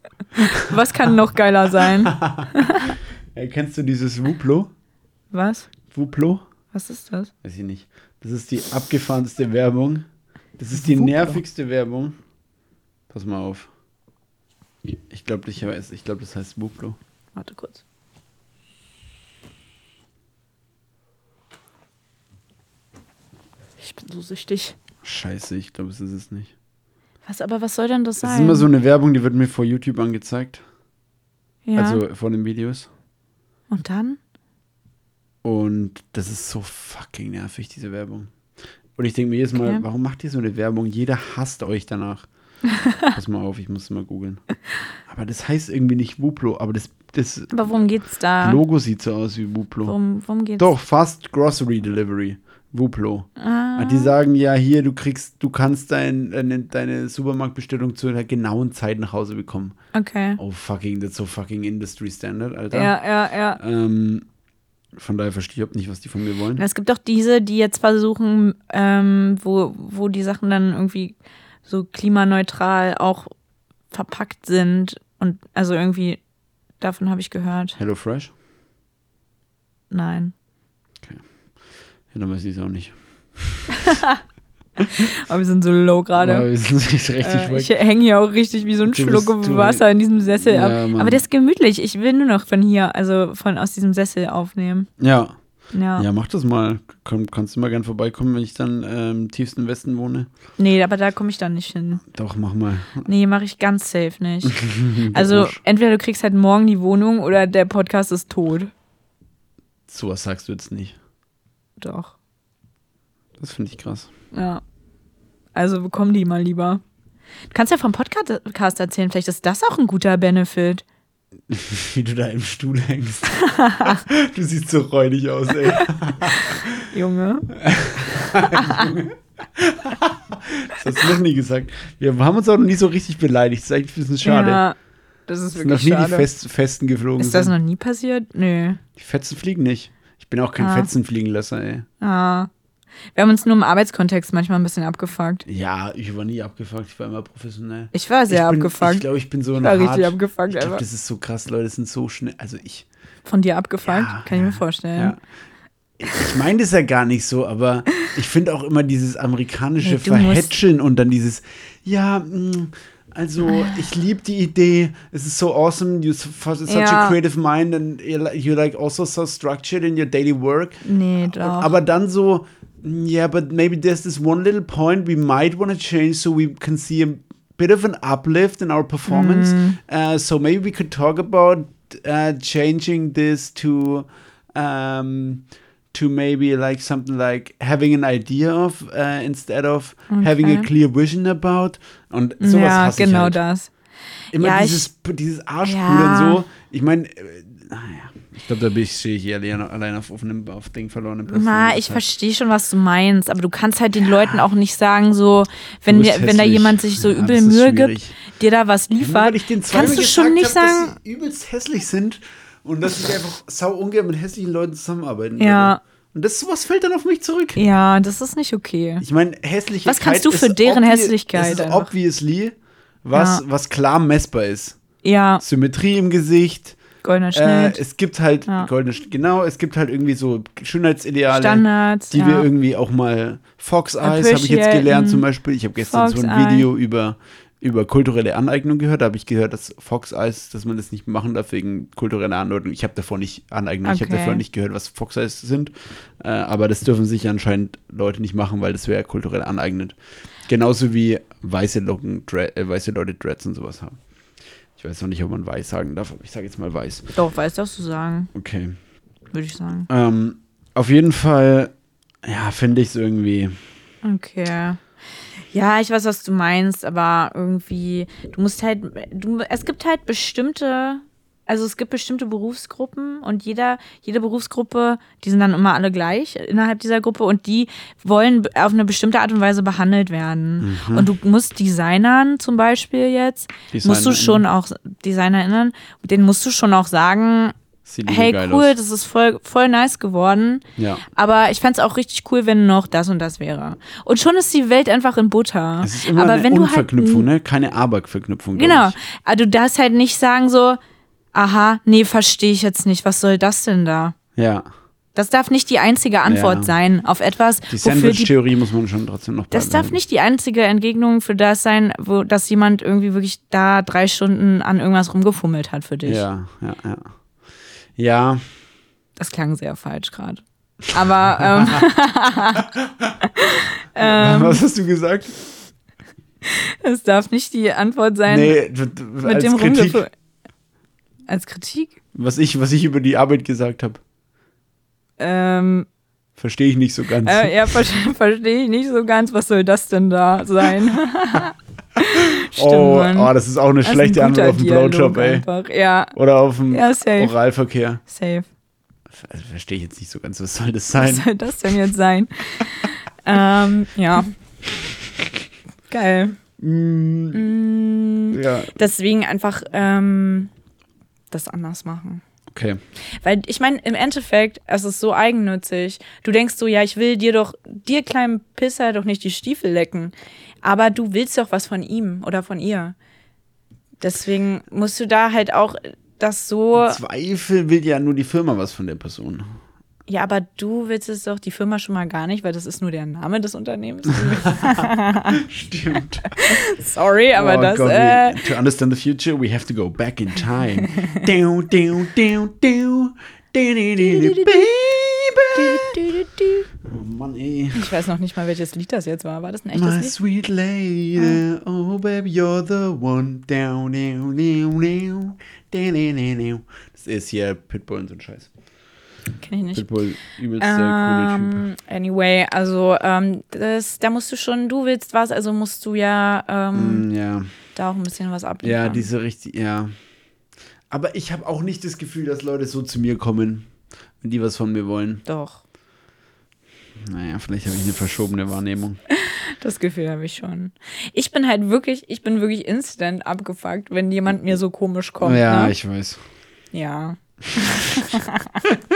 Speaker 1: Was kann noch geiler sein?
Speaker 2: Äh, kennst du dieses Wuplo?
Speaker 1: Was?
Speaker 2: Wuplo?
Speaker 1: Was ist das?
Speaker 2: Weiß ich nicht. Das ist die abgefahrenste Werbung. Das ist die
Speaker 1: Wuplo.
Speaker 2: nervigste Werbung. Pass mal auf. Ich glaube, ich weiß. Ich glaube, das heißt Wuplo.
Speaker 1: Warte kurz. Ich bin so süchtig.
Speaker 2: Scheiße, ich glaube, es ist es nicht.
Speaker 1: Was, aber was soll denn das sein?
Speaker 2: Das ist immer so eine Werbung, die wird mir vor YouTube angezeigt.
Speaker 1: ja.
Speaker 2: Also vor den Videos.
Speaker 1: Und dann?
Speaker 2: Und das ist so fucking nervig, diese Werbung. Und ich denke mir jedes Mal,
Speaker 1: Okay.
Speaker 2: warum macht ihr so eine Werbung? Jeder hasst euch
Speaker 1: [LAUGHS]
Speaker 2: danach. Pass mal auf, ich muss mal googeln. Aber das heißt irgendwie nicht Wuplo, aber das, das
Speaker 1: Aber worum geht's da?
Speaker 2: Logo sieht so aus wie Wuplo.
Speaker 1: Worum, worum geht's?
Speaker 2: Doch, Fast Grocery Delivery. Wuplo.
Speaker 1: Ah,
Speaker 2: Ah, Die sagen ja hier, du kriegst, du kannst dein, deine, deine Supermarktbestellung zu einer genauen Zeit nach Hause bekommen.
Speaker 1: okay.
Speaker 2: Oh fucking, that's so fucking Industry Standard, Alter.
Speaker 1: Ja, ja, ja.
Speaker 2: Ähm, von daher verstehe ich überhaupt nicht, was die von mir wollen.
Speaker 1: Es gibt auch diese, die jetzt versuchen, ähm, wo, wo die Sachen dann irgendwie so klimaneutral auch verpackt sind. Und also irgendwie, davon habe ich gehört.
Speaker 2: Hello Fresh?
Speaker 1: Nein.
Speaker 2: Ja, dann weiß ich es auch nicht.
Speaker 1: Aber wir sind so low
Speaker 2: Aber
Speaker 1: gerade.
Speaker 2: wir sind nicht richtig
Speaker 1: Äh,
Speaker 2: weg.
Speaker 1: ich hänge hier auch richtig wie so ein
Speaker 2: Du
Speaker 1: Schluck
Speaker 2: bist- du-
Speaker 1: Wasser in diesem Sessel
Speaker 2: Ja,
Speaker 1: ab.
Speaker 2: Mann.
Speaker 1: Aber das ist gemütlich. Ich will nur noch von hier, also von aus diesem Sessel aufnehmen.
Speaker 2: ja.
Speaker 1: Ja.
Speaker 2: ja, mach das mal. Komm, kannst du mal gern vorbeikommen, wenn ich dann ähm, im tiefsten Westen wohne.
Speaker 1: Nee, aber da komme ich dann nicht hin.
Speaker 2: Doch, mach mal.
Speaker 1: Nee, mache ich ganz safe
Speaker 2: [LAUGHS]
Speaker 1: nicht. Also
Speaker 2: Arsch.
Speaker 1: entweder du kriegst halt morgen die Wohnung oder der Podcast ist tot.
Speaker 2: Sowas sagst du jetzt nicht.
Speaker 1: Doch.
Speaker 2: Das finde ich krass.
Speaker 1: Ja. Also bekomm die mal lieber. Du kannst ja vom Podca- Podcast erzählen. Vielleicht ist das auch ein guter Benefit.
Speaker 2: [LAUGHS] Wie du da im Stuhl
Speaker 1: [LAUGHS]
Speaker 2: hängst. [LAUGHS] du siehst so räudig aus, ey.
Speaker 1: Junge.
Speaker 2: Das hast du noch nie gesagt. Wir haben uns auch noch nie so richtig beleidigt. Das ist eigentlich ein bisschen schade.
Speaker 1: Ja, das ist
Speaker 2: das sind noch
Speaker 1: wirklich
Speaker 2: nie die
Speaker 1: schade.
Speaker 2: Fest Festen geflogen.
Speaker 1: Ist das
Speaker 2: sind.
Speaker 1: noch nie passiert? Nö.
Speaker 2: die Fetzen fliegen nicht. Ich Ich bin auch kein
Speaker 1: Ah.
Speaker 2: Fetzenfliegenlasser, ey.
Speaker 1: Ah. Wir haben uns nur im Arbeitskontext manchmal ein bisschen abgefuckt.
Speaker 2: Ja, ich war nie abgefuckt, ich war immer professionell.
Speaker 1: Ich war sehr
Speaker 2: ich bin, Ich
Speaker 1: abgefuckt.
Speaker 2: glaube, ich bin so
Speaker 1: war
Speaker 2: eine
Speaker 1: richtig
Speaker 2: Hard-
Speaker 1: abgefuckt
Speaker 2: Ich glaube,
Speaker 1: einfach.
Speaker 2: das ist so krass, Leute, das sind so schnell. Also ich.
Speaker 1: Von dir abgefuckt?
Speaker 2: Ja,
Speaker 1: Kann ich
Speaker 2: ja,
Speaker 1: mir vorstellen.
Speaker 2: Ja. Ich, ich meine das ja gar nicht so, aber ich finde auch immer dieses amerikanische
Speaker 1: Nee, du musst-
Speaker 2: Verhätscheln und dann dieses, ja, mm, also
Speaker 1: Ah.
Speaker 2: ich liebe die Idee, es ist so awesome, you're such
Speaker 1: Ja.
Speaker 2: a creative mind and you're like, you're like also so structured in your daily work.
Speaker 1: Nee,
Speaker 2: Und-
Speaker 1: doch.
Speaker 2: Aber dann so, mm, yeah, but maybe there's this one little point we might want to change so we can see a bit of an uplift in our performance.
Speaker 1: Mm.
Speaker 2: Uh, so maybe we could talk about uh, changing this to um, to maybe like something like having an idea of uh, instead of having a
Speaker 1: Okay.
Speaker 2: clear vision about. Und sowas
Speaker 1: ja,
Speaker 2: hasse
Speaker 1: genau
Speaker 2: ich halt.
Speaker 1: das.
Speaker 2: Immer
Speaker 1: Ja, ich-
Speaker 2: dieses, dieses Arschpudern
Speaker 1: Ja.
Speaker 2: so. Ich meine, äh, naja. Ich glaube, da bin ich- stehe ich hier allein, allein auf, offenem- auf Ding verlorenen Posten.
Speaker 1: Na,
Speaker 2: Das
Speaker 1: ich
Speaker 2: hat-
Speaker 1: verstehe schon, was du meinst, aber du kannst halt den Leuten auch nicht sagen, so, wenn,
Speaker 2: bist
Speaker 1: dir, wenn da
Speaker 2: hässlich.
Speaker 1: jemand sich so
Speaker 2: Ja,
Speaker 1: übel
Speaker 2: das ist
Speaker 1: Mühe
Speaker 2: schwierig.
Speaker 1: gibt, dir da was
Speaker 2: Nur
Speaker 1: liefert,
Speaker 2: weil ich den zweimal
Speaker 1: kannst du
Speaker 2: gesagt
Speaker 1: schon nicht
Speaker 2: hab,
Speaker 1: sagen,
Speaker 2: dass sie übelst hässlich sind und dass ich einfach sau ungern mit hässlichen Leuten zusammenarbeiten
Speaker 1: Ja.
Speaker 2: würde. Und das sowas fällt dann auf mich zurück.
Speaker 1: ja, das ist nicht okay.
Speaker 2: Ich meine, Hässlichkeit.
Speaker 1: Was kannst du für
Speaker 2: ist
Speaker 1: deren
Speaker 2: obvi-
Speaker 1: Hässlichkeit
Speaker 2: Es ist
Speaker 1: einfach?
Speaker 2: obviously was, was klar messbar ist.
Speaker 1: Ja,
Speaker 2: Symmetrie im Gesicht.
Speaker 1: goldener
Speaker 2: Äh,
Speaker 1: Schnitt,
Speaker 2: es gibt halt
Speaker 1: Ja.
Speaker 2: goldene, Sch- genau, es gibt halt irgendwie so Schönheitsideale,
Speaker 1: Standards,
Speaker 2: die
Speaker 1: ja.
Speaker 2: wir irgendwie auch mal Fox Eyes habe ich jetzt
Speaker 1: Appreciaten.
Speaker 2: gelernt zum Beispiel. Ich habe gestern so
Speaker 1: Fox
Speaker 2: ein Video über, über kulturelle Aneignung gehört. Da habe ich gehört, dass Fox Eyes, dass man das nicht machen darf wegen kultureller Anordnung. Ich habe davor nicht Aneignung, ich habe
Speaker 1: Okay.
Speaker 2: davor nicht gehört, was Fox Eyes sind. Äh, aber das dürfen sich anscheinend Leute nicht machen, weil das wäre kulturell aneignet. Genauso wie weiße Locken, Dre äh, weiße Leute Dreads und sowas haben. Ich weiß noch nicht, ob man weiß sagen darf, aber ich sage jetzt mal weiß.
Speaker 1: doch, weißt du, was du sagen,
Speaker 2: Okay.
Speaker 1: würde ich sagen.
Speaker 2: Ähm, auf jeden Fall, ja, finde ich es irgendwie.
Speaker 1: Okay. Ja, ich weiß, was du meinst, aber irgendwie, du musst halt, du, es gibt halt bestimmte, also es gibt bestimmte Berufsgruppen und jeder, jede Berufsgruppe, die sind dann immer alle gleich innerhalb dieser Gruppe und die wollen be- auf eine bestimmte Art und Weise behandelt werden. Und du musst Designern zum Beispiel jetzt, musst du
Speaker 2: Designerinnen.
Speaker 1: schon auch, DesignerInnen, denen musst du schon auch sagen,
Speaker 2: Sieht
Speaker 1: hey,
Speaker 2: geil
Speaker 1: cool,
Speaker 2: aus.
Speaker 1: das ist voll, voll nice geworden.
Speaker 2: Ja.
Speaker 1: Aber ich fänd's auch richtig cool, wenn noch das und das wäre. Und schon ist die Welt einfach in Butter.
Speaker 2: Es ist immer
Speaker 1: aber
Speaker 2: eine
Speaker 1: wenn du halt,
Speaker 2: Unverknüpfung, ne? Keine Aber-Verknüpfung. glaub
Speaker 1: Genau.
Speaker 2: Ich.
Speaker 1: Aber du darfst halt nicht sagen so, aha, nee, verstehe ich jetzt nicht. Was soll das denn da?
Speaker 2: Ja.
Speaker 1: Das darf nicht die einzige Antwort
Speaker 2: Ja.
Speaker 1: sein auf etwas,
Speaker 2: Die
Speaker 1: wofür die
Speaker 2: Sandwich-Theorie muss man schon trotzdem noch
Speaker 1: das darf
Speaker 2: beibehalten.
Speaker 1: nicht die einzige Entgegnung für das sein, wo, dass jemand irgendwie wirklich da drei Stunden an irgendwas rumgefummelt hat für dich.
Speaker 2: Ja, ja, ja. Ja,
Speaker 1: Das klang sehr falsch gerade. Aber
Speaker 2: [LAUGHS]
Speaker 1: ähm,
Speaker 2: was hast du gesagt?
Speaker 1: es darf nicht die Antwort sein
Speaker 2: Nee, d- d-
Speaker 1: mit
Speaker 2: als
Speaker 1: dem
Speaker 2: Kritik,
Speaker 1: rumgefummelt. Als Kritik?
Speaker 2: was ich, was ich über die Arbeit gesagt habe, [LAUGHS]
Speaker 1: Ähm,
Speaker 2: verstehe ich nicht so ganz.
Speaker 1: äh, ja, ver [LAUGHS] verstehe ich nicht so ganz. Was soll das denn da sein? [LAUGHS] Stimmt,
Speaker 2: oh,
Speaker 1: Mann.
Speaker 2: oh, das ist auch eine
Speaker 1: Das ist ein
Speaker 2: schlechte Antwort
Speaker 1: guter
Speaker 2: auf einen
Speaker 1: Dialog
Speaker 2: Blowjob, ey.
Speaker 1: Einfach. Ja,
Speaker 2: Oder auf einen
Speaker 1: Ja, safe.
Speaker 2: Oralverkehr.
Speaker 1: safe.
Speaker 2: Also, verstehe ich jetzt nicht so ganz, was soll das
Speaker 1: Was
Speaker 2: sein?
Speaker 1: soll das denn jetzt
Speaker 2: [LAUGHS]
Speaker 1: sein? ähm, ja. Geil.
Speaker 2: Mm, Ja,
Speaker 1: Deswegen einfach ähm, das anders machen.
Speaker 2: okay.
Speaker 1: Weil ich meine, im Endeffekt, es ist so eigennützig. Du denkst so, ja, ich will dir doch, dir kleinen Pisser doch nicht die Stiefel lecken. Aber du willst doch was von ihm oder von ihr. Deswegen musst du da halt auch das so.
Speaker 2: Zweifel will ja nur die Firma was von der
Speaker 1: [LAUGHS]
Speaker 2: Person.
Speaker 1: Ja, aber du willst es doch die Firma schon mal gar nicht, weil das ist nur der Name
Speaker 2: [LAUGHS]
Speaker 1: des Unternehmens.
Speaker 2: Stimmt.
Speaker 1: Sorry, aber
Speaker 2: oh
Speaker 1: das.
Speaker 2: Gott,
Speaker 1: äh,
Speaker 2: we, to understand the future, we have to go back in [LAUGHS] time. down, down, down, down. Di, di, di, di, baby. Oh Mann, ey.
Speaker 1: ich weiß noch nicht mal, welches Lied das jetzt war. War das ein echtes
Speaker 2: My
Speaker 1: Lied?
Speaker 2: sweet lady, oh baby, you're the one. Down, down, down, down. Di, di, di, di. Das ist hier Pitbull und so ein Scheiß.
Speaker 1: Kenn ich nicht.
Speaker 2: Pitbull, übelst der coole Typ.
Speaker 1: Ähm, anyway, also ähm, das, da musst du schon, du willst was, also musst du ja ähm,
Speaker 2: Mm, Ja.
Speaker 1: da auch ein bisschen was abliefern.
Speaker 2: Ja, diese richtig, ja. Aber ich habe auch nicht das Gefühl, dass Leute so zu mir kommen, wenn die was von mir wollen.
Speaker 1: Doch,
Speaker 2: Naja, vielleicht habe ich eine verschobene Wahrnehmung.
Speaker 1: das Gefühl habe ich schon. Ich bin halt wirklich, ich bin wirklich instant abgefuckt, wenn jemand mir so ne? komisch kommt.
Speaker 2: ja,
Speaker 1: ne?
Speaker 2: ich weiß.
Speaker 1: ja. ich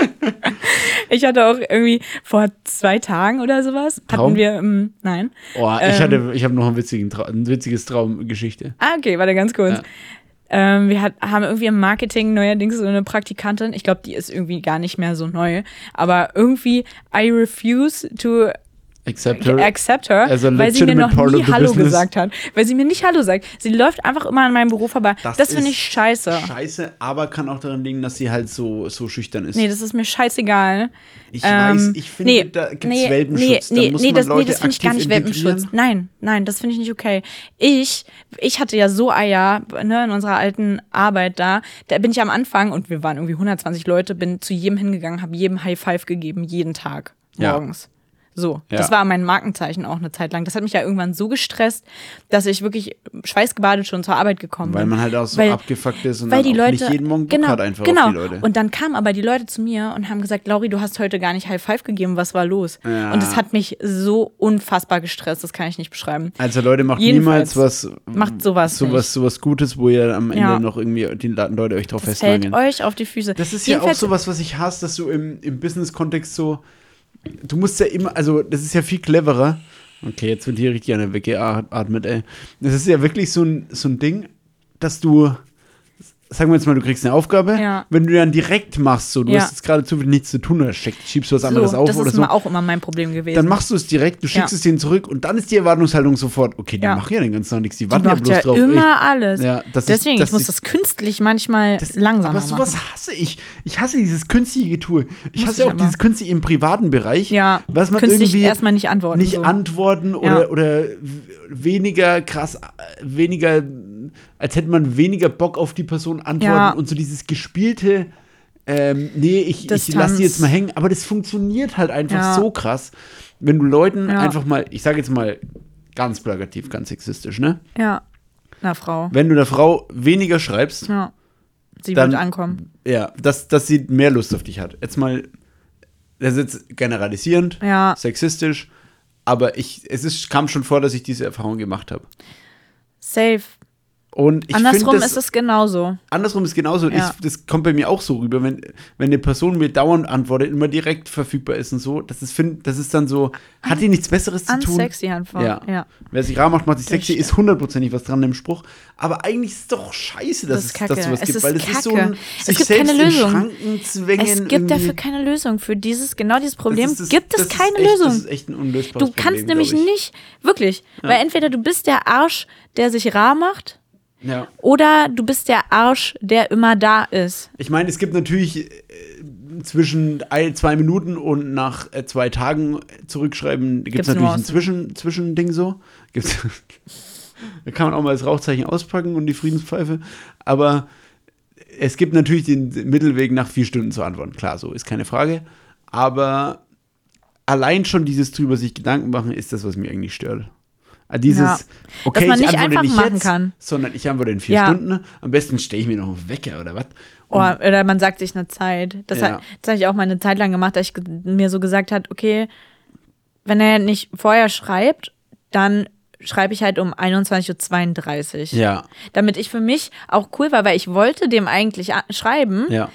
Speaker 1: [LAUGHS] ich hatte auch irgendwie vor zwei Tagen oder sowas,
Speaker 2: Traum?
Speaker 1: hatten wir, ähm, nein.
Speaker 2: Oh, ich
Speaker 1: Ähm.
Speaker 2: hatte, ich habe noch einen witzigen Tra ein witziges Traumgeschichte.
Speaker 1: Ah, okay, warte ganz kurz.
Speaker 2: Ja.
Speaker 1: Ähm, wir hat, haben irgendwie im Marketing neuerdings so eine Praktikantin. Ich glaube, die ist irgendwie gar nicht mehr so neu. Aber irgendwie, I refuse to
Speaker 2: Except her.
Speaker 1: accept her,
Speaker 2: as a
Speaker 1: weil sie mir
Speaker 2: legitimate
Speaker 1: noch
Speaker 2: part of
Speaker 1: nie
Speaker 2: the
Speaker 1: Hallo
Speaker 2: business.
Speaker 1: gesagt hat. Weil sie mir nicht Hallo sagt. Sie läuft einfach immer an meinem Büro vorbei. Das, finde
Speaker 2: ist
Speaker 1: ich scheiße.
Speaker 2: Scheiße, aber kann auch daran liegen, dass sie halt so, so schüchtern ist.
Speaker 1: Nee, das ist mir scheißegal.
Speaker 2: ich
Speaker 1: ähm,
Speaker 2: weiß, ich finde,
Speaker 1: nee,
Speaker 2: da gibt es
Speaker 1: nee,
Speaker 2: Welpenschutz.
Speaker 1: Nee,
Speaker 2: da muss
Speaker 1: nee,
Speaker 2: man
Speaker 1: das,
Speaker 2: Leute
Speaker 1: nee, das finde ich gar
Speaker 2: aktiv
Speaker 1: nicht Welpenschutz.
Speaker 2: integrieren.
Speaker 1: Nein, nein, das finde ich nicht okay. Ich, ich hatte ja so Eier ne, in unserer alten Arbeit da. Da bin ich am Anfang und wir waren irgendwie 120 Leute, bin zu jedem hingegangen, habe jedem High Five gegeben, jeden Tag
Speaker 2: Ja.
Speaker 1: morgens. So,
Speaker 2: Ja.
Speaker 1: das war mein Markenzeichen auch eine Zeit lang. Das hat mich ja irgendwann so gestresst, dass ich wirklich schweißgebadet schon zur Arbeit gekommen
Speaker 2: Weil
Speaker 1: bin.
Speaker 2: man halt auch so
Speaker 1: Weil-
Speaker 2: abgefuckt ist und
Speaker 1: weil
Speaker 2: dann
Speaker 1: die
Speaker 2: auch
Speaker 1: Leute
Speaker 2: nicht jeden Morgen Bock
Speaker 1: genau,
Speaker 2: hat einfach
Speaker 1: genau.
Speaker 2: auf die Leute.
Speaker 1: Und dann kamen aber die Leute zu mir und haben gesagt, Lauri, du hast heute gar nicht High Five gegeben, was war los?
Speaker 2: Ja.
Speaker 1: Und das hat mich so unfassbar gestresst, das kann ich nicht beschreiben.
Speaker 2: also Leute, macht
Speaker 1: Jedenfalls
Speaker 2: niemals was,
Speaker 1: macht sowas
Speaker 2: Mm, sowas, sowas Gutes, wo ihr am Ende
Speaker 1: Ja.
Speaker 2: noch irgendwie die La- Leute euch drauf
Speaker 1: Das fällt
Speaker 2: festnageln.
Speaker 1: euch auf die Füße.
Speaker 2: Das ist ja auch
Speaker 1: Jedenfalls-
Speaker 2: sowas, was ich hasse, dass du im, im Business-Kontext so, du musst ja immer, also das ist ja viel cleverer. Okay, jetzt wird hier richtig einer weggeatmet, ey. Das ist ja wirklich so ein, so ein Ding, dass du, sagen wir jetzt mal, du kriegst eine Aufgabe,
Speaker 1: Ja.
Speaker 2: wenn du dann direkt machst, so, du
Speaker 1: Ja.
Speaker 2: hast jetzt gerade zu viel nichts zu tun oder schick- schiebst was anderes
Speaker 1: so,
Speaker 2: auf
Speaker 1: das
Speaker 2: oder
Speaker 1: ist
Speaker 2: so,
Speaker 1: mal auch immer mein Problem gewesen.
Speaker 2: dann machst du es direkt, du schickst
Speaker 1: Ja.
Speaker 2: es denen zurück und dann ist die Erwartungshaltung sofort, okay, die
Speaker 1: Ja.
Speaker 2: machen ja den ganzen Tag nichts, die
Speaker 1: die
Speaker 2: warten ja
Speaker 1: macht
Speaker 2: bloß
Speaker 1: ja
Speaker 2: drauf. ey.
Speaker 1: immer alles.
Speaker 2: Ja, das ist-
Speaker 1: Deswegen,
Speaker 2: das
Speaker 1: ich muss
Speaker 2: ist-
Speaker 1: das künstlich manchmal
Speaker 2: Das-
Speaker 1: langsamer
Speaker 2: Aber
Speaker 1: machen.
Speaker 2: sowas hasse ich. Ich hasse dieses künstliche Getue. Ich
Speaker 1: Muss
Speaker 2: hasse
Speaker 1: ich
Speaker 2: auch
Speaker 1: aber.
Speaker 2: dieses künstliche im privaten Bereich.
Speaker 1: Ja,
Speaker 2: was man
Speaker 1: künstlich
Speaker 2: irgendwie
Speaker 1: erstmal nicht antworten,
Speaker 2: Nicht
Speaker 1: so.
Speaker 2: antworten oder,
Speaker 1: Ja.
Speaker 2: oder w- weniger krass, äh, weniger, als hätte man weniger Bock auf die Person antworten
Speaker 1: Ja.
Speaker 2: und so dieses gespielte. Ähm, nee, ich, ich
Speaker 1: Distanz.
Speaker 2: lasse die jetzt mal hängen, aber das funktioniert halt einfach
Speaker 1: Ja.
Speaker 2: so krass, wenn du Leuten
Speaker 1: Ja.
Speaker 2: einfach mal, ich sage jetzt mal ganz plakativ, ganz sexistisch, ne?
Speaker 1: Ja, na Frau.
Speaker 2: Wenn du der Frau weniger schreibst,
Speaker 1: Ja. Sie
Speaker 2: Dann-
Speaker 1: wird ankommen.
Speaker 2: ja, dass, dass sie mehr Lust auf dich hat. Jetzt mal, das ist jetzt generalisierend,
Speaker 1: Ja.
Speaker 2: sexistisch, aber ich, es ist, kam schon vor, dass ich diese Erfahrung gemacht habe.
Speaker 1: Safe.
Speaker 2: Und ich
Speaker 1: Andersrum
Speaker 2: finde das,
Speaker 1: ist es genauso.
Speaker 2: andersrum ist genauso,
Speaker 1: Ja.
Speaker 2: ich, das kommt bei mir auch so rüber, wenn, wenn eine Person mir dauernd antwortet, immer direkt verfügbar ist und so, das ist, find, das ist dann so, hat die nichts Besseres zu tun?
Speaker 1: Unsexy einfach.
Speaker 2: Ja.
Speaker 1: ja.
Speaker 2: Wer sich rar macht, macht sich sexy,
Speaker 1: stimmt.
Speaker 2: ist hundertprozentig was dran im Spruch. Aber eigentlich ist doch scheiße, dass es,
Speaker 1: Das ist
Speaker 2: dass
Speaker 1: Kacke.
Speaker 2: sowas
Speaker 1: Es
Speaker 2: gibt,
Speaker 1: ist
Speaker 2: weil es ist so ein
Speaker 1: Kacke.
Speaker 2: sich
Speaker 1: Es gibt
Speaker 2: selbst
Speaker 1: keine
Speaker 2: in
Speaker 1: Lösung.
Speaker 2: Schranken zwängen.
Speaker 1: Es gibt
Speaker 2: irgendwie.
Speaker 1: dafür keine Lösung. Für dieses, genau dieses Problem
Speaker 2: Das ist das-
Speaker 1: gibt es
Speaker 2: das ist
Speaker 1: keine
Speaker 2: echt, Das
Speaker 1: Lösung.
Speaker 2: ist echt ein unlösbares
Speaker 1: Du kannst
Speaker 2: Problem,
Speaker 1: nämlich
Speaker 2: glaub ich.
Speaker 1: nicht, wirklich, weil entweder du bist der Arsch, der sich rar macht,
Speaker 2: Ja.
Speaker 1: oder du bist der Arsch, der immer da ist.
Speaker 2: Ich meine, es gibt natürlich äh, zwischen ein, zwei Minuten und nach äh, zwei Tagen zurückschreiben, gibt es
Speaker 1: Gibt's
Speaker 2: natürlich ein
Speaker 1: Nuancen.
Speaker 2: Zwischen, Zwischending so. Gibt's, [LAUGHS] da kann man auch mal das Rauchzeichen auspacken und die Friedenspfeife. Aber es gibt natürlich den Mittelweg, nach vier Stunden zu antworten. Klar, so ist keine Frage. Aber allein schon dieses drüber sich Gedanken machen, ist das, was mir eigentlich stört. Ah, Dieses,
Speaker 1: Ja.
Speaker 2: okay,
Speaker 1: Dass man
Speaker 2: ich
Speaker 1: nicht
Speaker 2: antworte
Speaker 1: einfach
Speaker 2: nicht
Speaker 1: machen
Speaker 2: jetzt,
Speaker 1: kann.
Speaker 2: sondern ich antworte in vier
Speaker 1: Ja.
Speaker 2: Stunden. Am besten stehe ich mir noch einen Wecker oder was.
Speaker 1: Oder, oder man sagt sich eine Zeit. Das,
Speaker 2: Mhm. Ja.
Speaker 1: hat- das habe ich auch mal eine Zeit lang gemacht, dass ich ge- mir so gesagt hat, okay, wenn er nicht vorher schreibt, dann schreibe ich halt um 21.32 Uhr.
Speaker 2: Ja,
Speaker 1: Damit ich für mich auch cool war, weil ich wollte dem eigentlich a- schreiben.
Speaker 2: ja.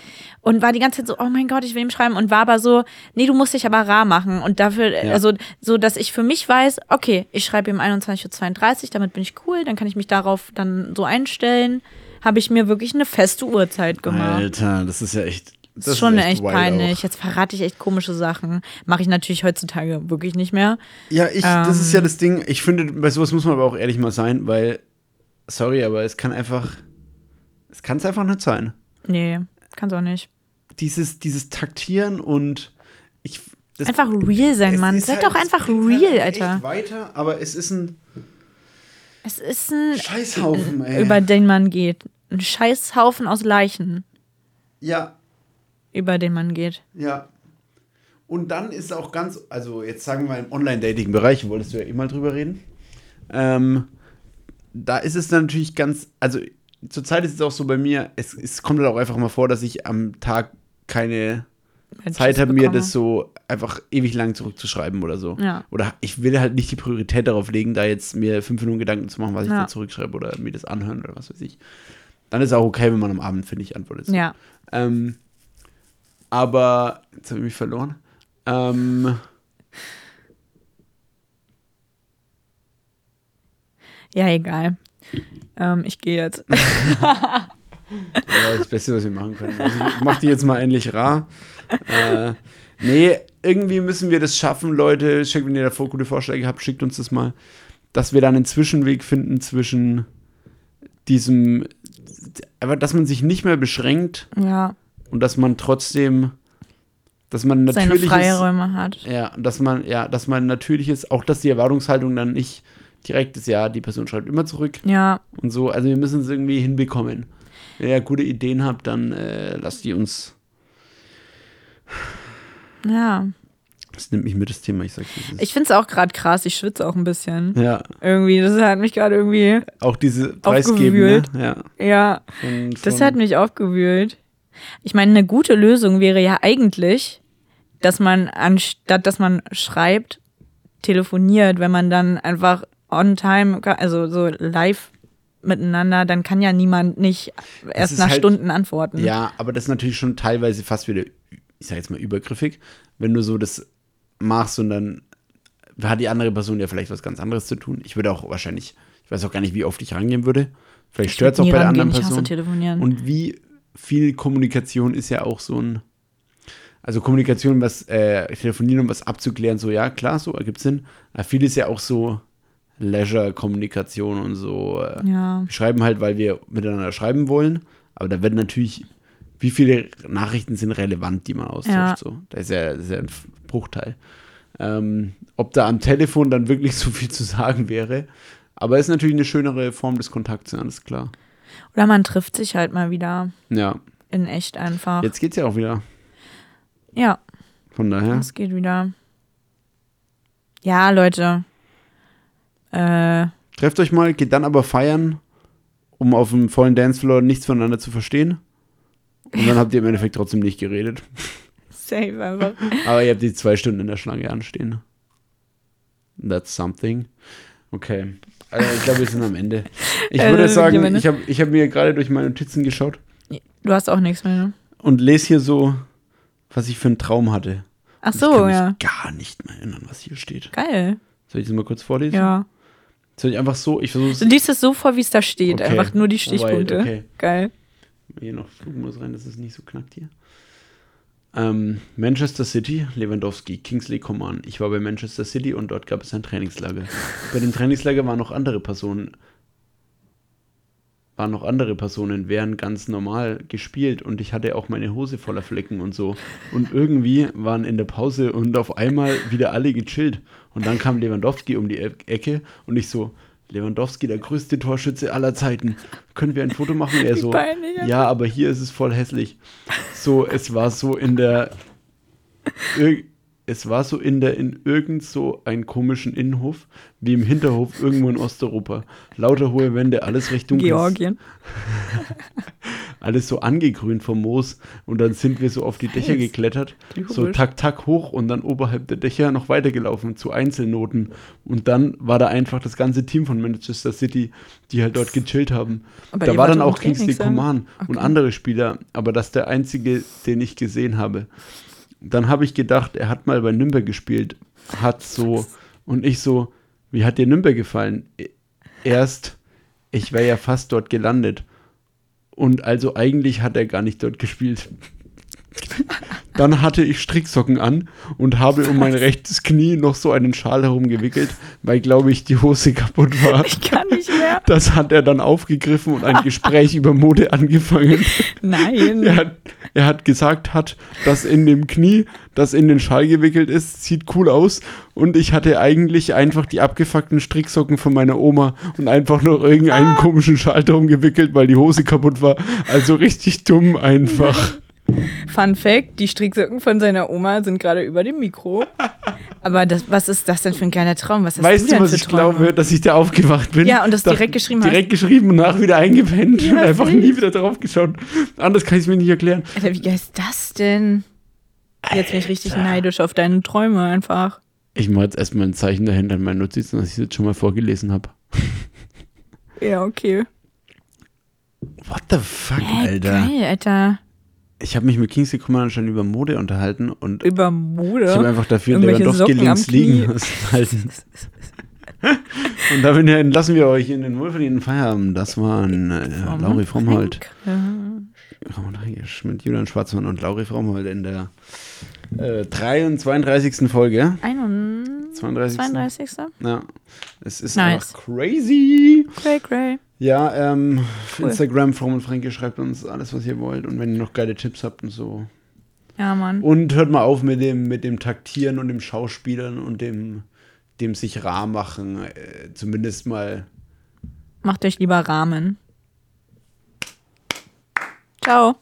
Speaker 1: und war die ganze Zeit so, oh mein Gott, ich will ihm schreiben und war aber so, nee, du musst dich aber rar machen und dafür,
Speaker 2: Ja.
Speaker 1: also so, dass ich für mich weiß, okay, ich schreibe ihm 21.32 Uhr, damit bin ich cool, dann kann ich mich darauf dann so einstellen, habe ich mir wirklich eine feste Uhrzeit gemacht.
Speaker 2: Alter, das ist ja echt. Das
Speaker 1: Das ist schon echt,
Speaker 2: wild
Speaker 1: peinlich.
Speaker 2: auch.
Speaker 1: Jetzt verrate ich echt komische Sachen. Mache ich natürlich heutzutage wirklich nicht mehr.
Speaker 2: Ja, ich, das
Speaker 1: Ähm.
Speaker 2: ist ja das Ding. Ich finde, bei sowas muss man aber auch ehrlich mal sein, weil, sorry, aber es kann einfach, es kann es einfach nicht sein.
Speaker 1: Nee, kann's auch nicht.
Speaker 2: Dieses, dieses Taktieren und ich. Das,
Speaker 1: Einfach real sein,
Speaker 2: es
Speaker 1: Mann.
Speaker 2: ist
Speaker 1: Seid
Speaker 2: halt-
Speaker 1: doch einfach
Speaker 2: es geht halt
Speaker 1: real,
Speaker 2: echt
Speaker 1: Alter.
Speaker 2: weiter, aber es ist ein
Speaker 1: Es ist ein,
Speaker 2: Scheißhaufen, ey.
Speaker 1: über den man geht. Ein Scheißhaufen aus Leichen,
Speaker 2: ja,
Speaker 1: über den man geht.
Speaker 2: ja. Und dann ist auch ganz, also jetzt sagen wir mal im Online-Dating-Bereich, wolltest du ja eh mal drüber reden. Ähm, da ist es dann natürlich ganz, also zurzeit ist es auch so bei mir, es, es kommt halt auch einfach mal vor, dass ich am Tag keine Zeit habe, mir das so einfach ewig lang zurückzuschreiben oder so.
Speaker 1: Ja.
Speaker 2: Oder ich will halt nicht die Priorität darauf legen, da jetzt mir fünf Minuten Gedanken zu machen, was ich
Speaker 1: Ja.
Speaker 2: da zurückschreibe oder mir das anhören oder was weiß ich. Dann ist auch okay, wenn man am Abend, finde ich, antwortet. So.
Speaker 1: Ja.
Speaker 2: Ähm, aber, jetzt habe ich mich verloren. Ähm,
Speaker 1: Ja, egal. Ähm, ich gehe
Speaker 2: [LAUGHS]
Speaker 1: jetzt.
Speaker 2: Ja, das Beste, was wir machen können. Also, ich mach die jetzt mal endlich rar. Äh, nee, irgendwie müssen wir das schaffen, Leute. Schickt, wenn ihr davor gute Vorschläge habt, schickt uns das mal. Dass wir dann einen Zwischenweg finden zwischen diesem, aber dass man sich nicht mehr beschränkt
Speaker 1: Ja,
Speaker 2: und dass man trotzdem, dass man
Speaker 1: seine
Speaker 2: natürlich.
Speaker 1: Freiräume hat.
Speaker 2: Ja, dass man, ja, dass man natürlich ist, auch dass die Erwartungshaltung dann nicht direkt ist, ja, die Person schreibt immer zurück
Speaker 1: Ja,
Speaker 2: und so. Also wir müssen es irgendwie hinbekommen. Wenn ihr gute Ideen habt, dann äh, lasst die uns.
Speaker 1: ja.
Speaker 2: Das nimmt mich mit das Thema, ich sag's dir.
Speaker 1: Ich finde es auch gerade krass. Ich schwitze auch ein bisschen.
Speaker 2: ja,
Speaker 1: Irgendwie, das hat mich gerade irgendwie.
Speaker 2: auch diese Preisgeben, ne?
Speaker 1: Aufgewühlt.
Speaker 2: ja.
Speaker 1: Ja,
Speaker 2: Von,
Speaker 1: das
Speaker 2: von-
Speaker 1: hat mich aufgewühlt. Ich meine, eine gute Lösung wäre ja eigentlich, dass man anstatt, dass man schreibt, telefoniert, wenn man dann einfach on time, also so live miteinander, dann kann ja niemand nicht erst
Speaker 2: ist
Speaker 1: nach
Speaker 2: halt-
Speaker 1: Stunden antworten.
Speaker 2: Ja, aber das ist natürlich schon teilweise fast wieder, ich sag jetzt mal, übergriffig, wenn du so das machst und dann hat die andere Person ja vielleicht was ganz anderes zu tun. Ich würde auch wahrscheinlich, ich weiß auch gar nicht, wie oft ich rangehen würde. Vielleicht
Speaker 1: Ich
Speaker 2: stört
Speaker 1: würd
Speaker 2: es auch
Speaker 1: nie
Speaker 2: bei der
Speaker 1: rangehen,
Speaker 2: anderen
Speaker 1: ich hasse
Speaker 2: Person.
Speaker 1: telefonieren.
Speaker 2: Und wie viel Kommunikation ist ja auch so ein. Also Kommunikation, was äh, telefonieren und was abzuklären, so ja, klar, so ergibt Sinn. Aber viel ist ja auch so Leisure-Kommunikation und so. Äh,
Speaker 1: ja.
Speaker 2: wir schreiben halt, weil wir miteinander schreiben wollen, aber da werden natürlich, wie viele Nachrichten sind relevant, die man austauscht.
Speaker 1: Ja.
Speaker 2: So. Da ist ja, das ist ja ein Bruchteil. Ähm, ob da am Telefon dann wirklich [LAUGHS] so viel zu sagen wäre. Aber ist natürlich eine schönere Form des Kontakts, ja, alles klar.
Speaker 1: Oder man trifft sich halt mal wieder
Speaker 2: Ja,
Speaker 1: in echt einfach.
Speaker 2: jetzt geht's ja auch wieder.
Speaker 1: Ja,
Speaker 2: Von daher.
Speaker 1: das geht wieder. Ja, Leute. Äh,
Speaker 2: Trefft euch mal, geht dann aber feiern, um auf dem vollen Dancefloor nichts voneinander zu verstehen. Und dann habt ihr im Endeffekt trotzdem nicht geredet.
Speaker 1: safe einfach.
Speaker 2: Aber ihr habt die zwei Stunden in der Schlange anstehen. That's something. Okay. Also ich glaube, wir sind am Ende. Ich
Speaker 1: Äh,
Speaker 2: würde
Speaker 1: wirklich am
Speaker 2: sagen,
Speaker 1: Ende.
Speaker 2: ich habe ich hab mir gerade durch meine Notizen geschaut
Speaker 1: Du hast auch nichts mehr, ne?
Speaker 2: und lese hier so, was ich für einen Traum hatte.
Speaker 1: Ach
Speaker 2: ich
Speaker 1: so,
Speaker 2: kann
Speaker 1: ja.
Speaker 2: mich gar nicht mehr erinnern, was hier steht.
Speaker 1: Geil.
Speaker 2: Soll ich das mal kurz vorlesen?
Speaker 1: Ja.
Speaker 2: Soll ich einfach so, ich versuche
Speaker 1: Du liest es so vor, wie es da steht.
Speaker 2: Okay.
Speaker 1: Einfach nur die
Speaker 2: Alright,
Speaker 1: Stichpunkte.
Speaker 2: okay.
Speaker 1: Geil.
Speaker 2: Hier noch Flugmodus rein, das ist nicht so knackt hier. Ähm, Manchester City, Lewandowski, Kingsley Coman. Ich war bei Manchester City und dort gab es ein Trainingslager. bei dem Trainingslager waren noch andere Personen. Waren noch andere Personen, wären ganz normal gespielt und ich hatte auch meine Hose voller Flecken und so. Und irgendwie waren in der Pause und auf einmal wieder alle gechillt. Und dann kam Lewandowski um die E- Ecke und ich so. Lewandowski, der größte Torschütze aller Zeiten. Können wir ein Foto machen? Er so,
Speaker 1: peinlich.
Speaker 2: ja, aber hier ist es voll hässlich. So, es war so in der irg- es war so in der in irgend so einen komischen Innenhof, wie im Hinterhof irgendwo in Osteuropa. Lauter hohe Wände, alles recht dunkel.
Speaker 1: Georgien.
Speaker 2: Alles so angegrünt vom Moos. Und dann sind wir so auf die Dächer geklettert. So
Speaker 1: Logisch.
Speaker 2: tak, tak hoch und dann oberhalb der Dächer noch weitergelaufen zu Einzelnoten. Und dann war da einfach das ganze Team von Manchester City, die halt dort gechillt haben.
Speaker 1: Aber
Speaker 2: da
Speaker 1: ihr
Speaker 2: war
Speaker 1: wart
Speaker 2: dann
Speaker 1: doch im
Speaker 2: auch Kingsley
Speaker 1: Trainingslager.
Speaker 2: Coman und andere Spieler, aber das ist der einzige, den ich gesehen habe. Dann habe ich gedacht, er hat mal bei Nürnberg gespielt, hat so und ich so, wie hat dir Nürnberg gefallen? E- Erst, ich wäre ja fast dort gelandet. Und also eigentlich hat er gar nicht dort gespielt. Dann hatte ich Stricksocken an und habe um mein rechtes Knie noch so einen Schal herumgewickelt, weil, glaube ich, die Hose kaputt war.
Speaker 1: Ich kann
Speaker 2: [LAUGHS]
Speaker 1: nicht mehr.
Speaker 2: Das hat er dann aufgegriffen und ein Gespräch über Mode angefangen.
Speaker 1: Nein.
Speaker 2: Er hat, er hat gesagt, hat, dass in dem Knie, das in den Schal gewickelt ist, sieht cool aus. Und ich hatte eigentlich einfach die abgefuckten Stricksocken von meiner Oma und einfach nur irgendeinen
Speaker 1: Ah.
Speaker 2: komischen Schal drum gewickelt, weil die Hose kaputt war. Also richtig dumm einfach.
Speaker 1: Fun Fact: Die Stricksocken von seiner Oma sind gerade über dem Mikro. Aber das, was ist das denn für ein geiler Traum? Was hast
Speaker 2: weißt du,
Speaker 1: denn
Speaker 2: was
Speaker 1: für
Speaker 2: ich
Speaker 1: Träume?
Speaker 2: glaube, dass ich da aufgewacht bin?
Speaker 1: Ja, und das
Speaker 2: Da-
Speaker 1: direkt geschrieben hast.
Speaker 2: Direkt geschrieben und nach wieder eingepennt und einfach
Speaker 1: safe.
Speaker 2: nie wieder drauf geschaut. Anders kann ich es mir nicht erklären.
Speaker 1: Alter, wie geil ist das denn? Jetzt bin ich richtig neidisch auf deine Träume einfach.
Speaker 2: Ich mache jetzt erstmal ein Zeichen dahinter in meinen Notizen, dass ich es jetzt schon mal vorgelesen habe.
Speaker 1: Ja, okay.
Speaker 2: What the fuck,
Speaker 1: Hey, geil, Äh, Alter.
Speaker 2: ich habe mich mit Kingsley Coman schon über Mode unterhalten und
Speaker 1: Über Mode.
Speaker 2: ich habe einfach dafür
Speaker 1: Irgendwelche
Speaker 2: Lewandowski
Speaker 1: Socken am
Speaker 2: links liegen
Speaker 1: Knie.
Speaker 2: lassen. [LAUGHS] Halten. und damit entlassen wir euch in den wohlverdienten Feierabend. Das waren äh, Lauri Frommholt. Ramon Regisch mit Julian Schwarzmann und Lauri Frommholt in der äh, 32. Folge.
Speaker 1: 31.
Speaker 2: 32.
Speaker 1: 32.
Speaker 2: Ja, es ist
Speaker 1: Nice.
Speaker 2: einfach crazy.
Speaker 1: Grey, grey.
Speaker 2: Ja, ähm, auf
Speaker 1: Cool.
Speaker 2: Instagram, Fromm und Frankie, schreibt uns alles, was ihr wollt. Und wenn ihr noch geile Tipps habt und so.
Speaker 1: Ja, Mann.
Speaker 2: Und hört mal auf mit dem, mit dem Taktieren und dem Schauspielern und dem, dem sich rar machen. Äh, zumindest mal.
Speaker 1: Macht euch lieber Rahmen. Ciao.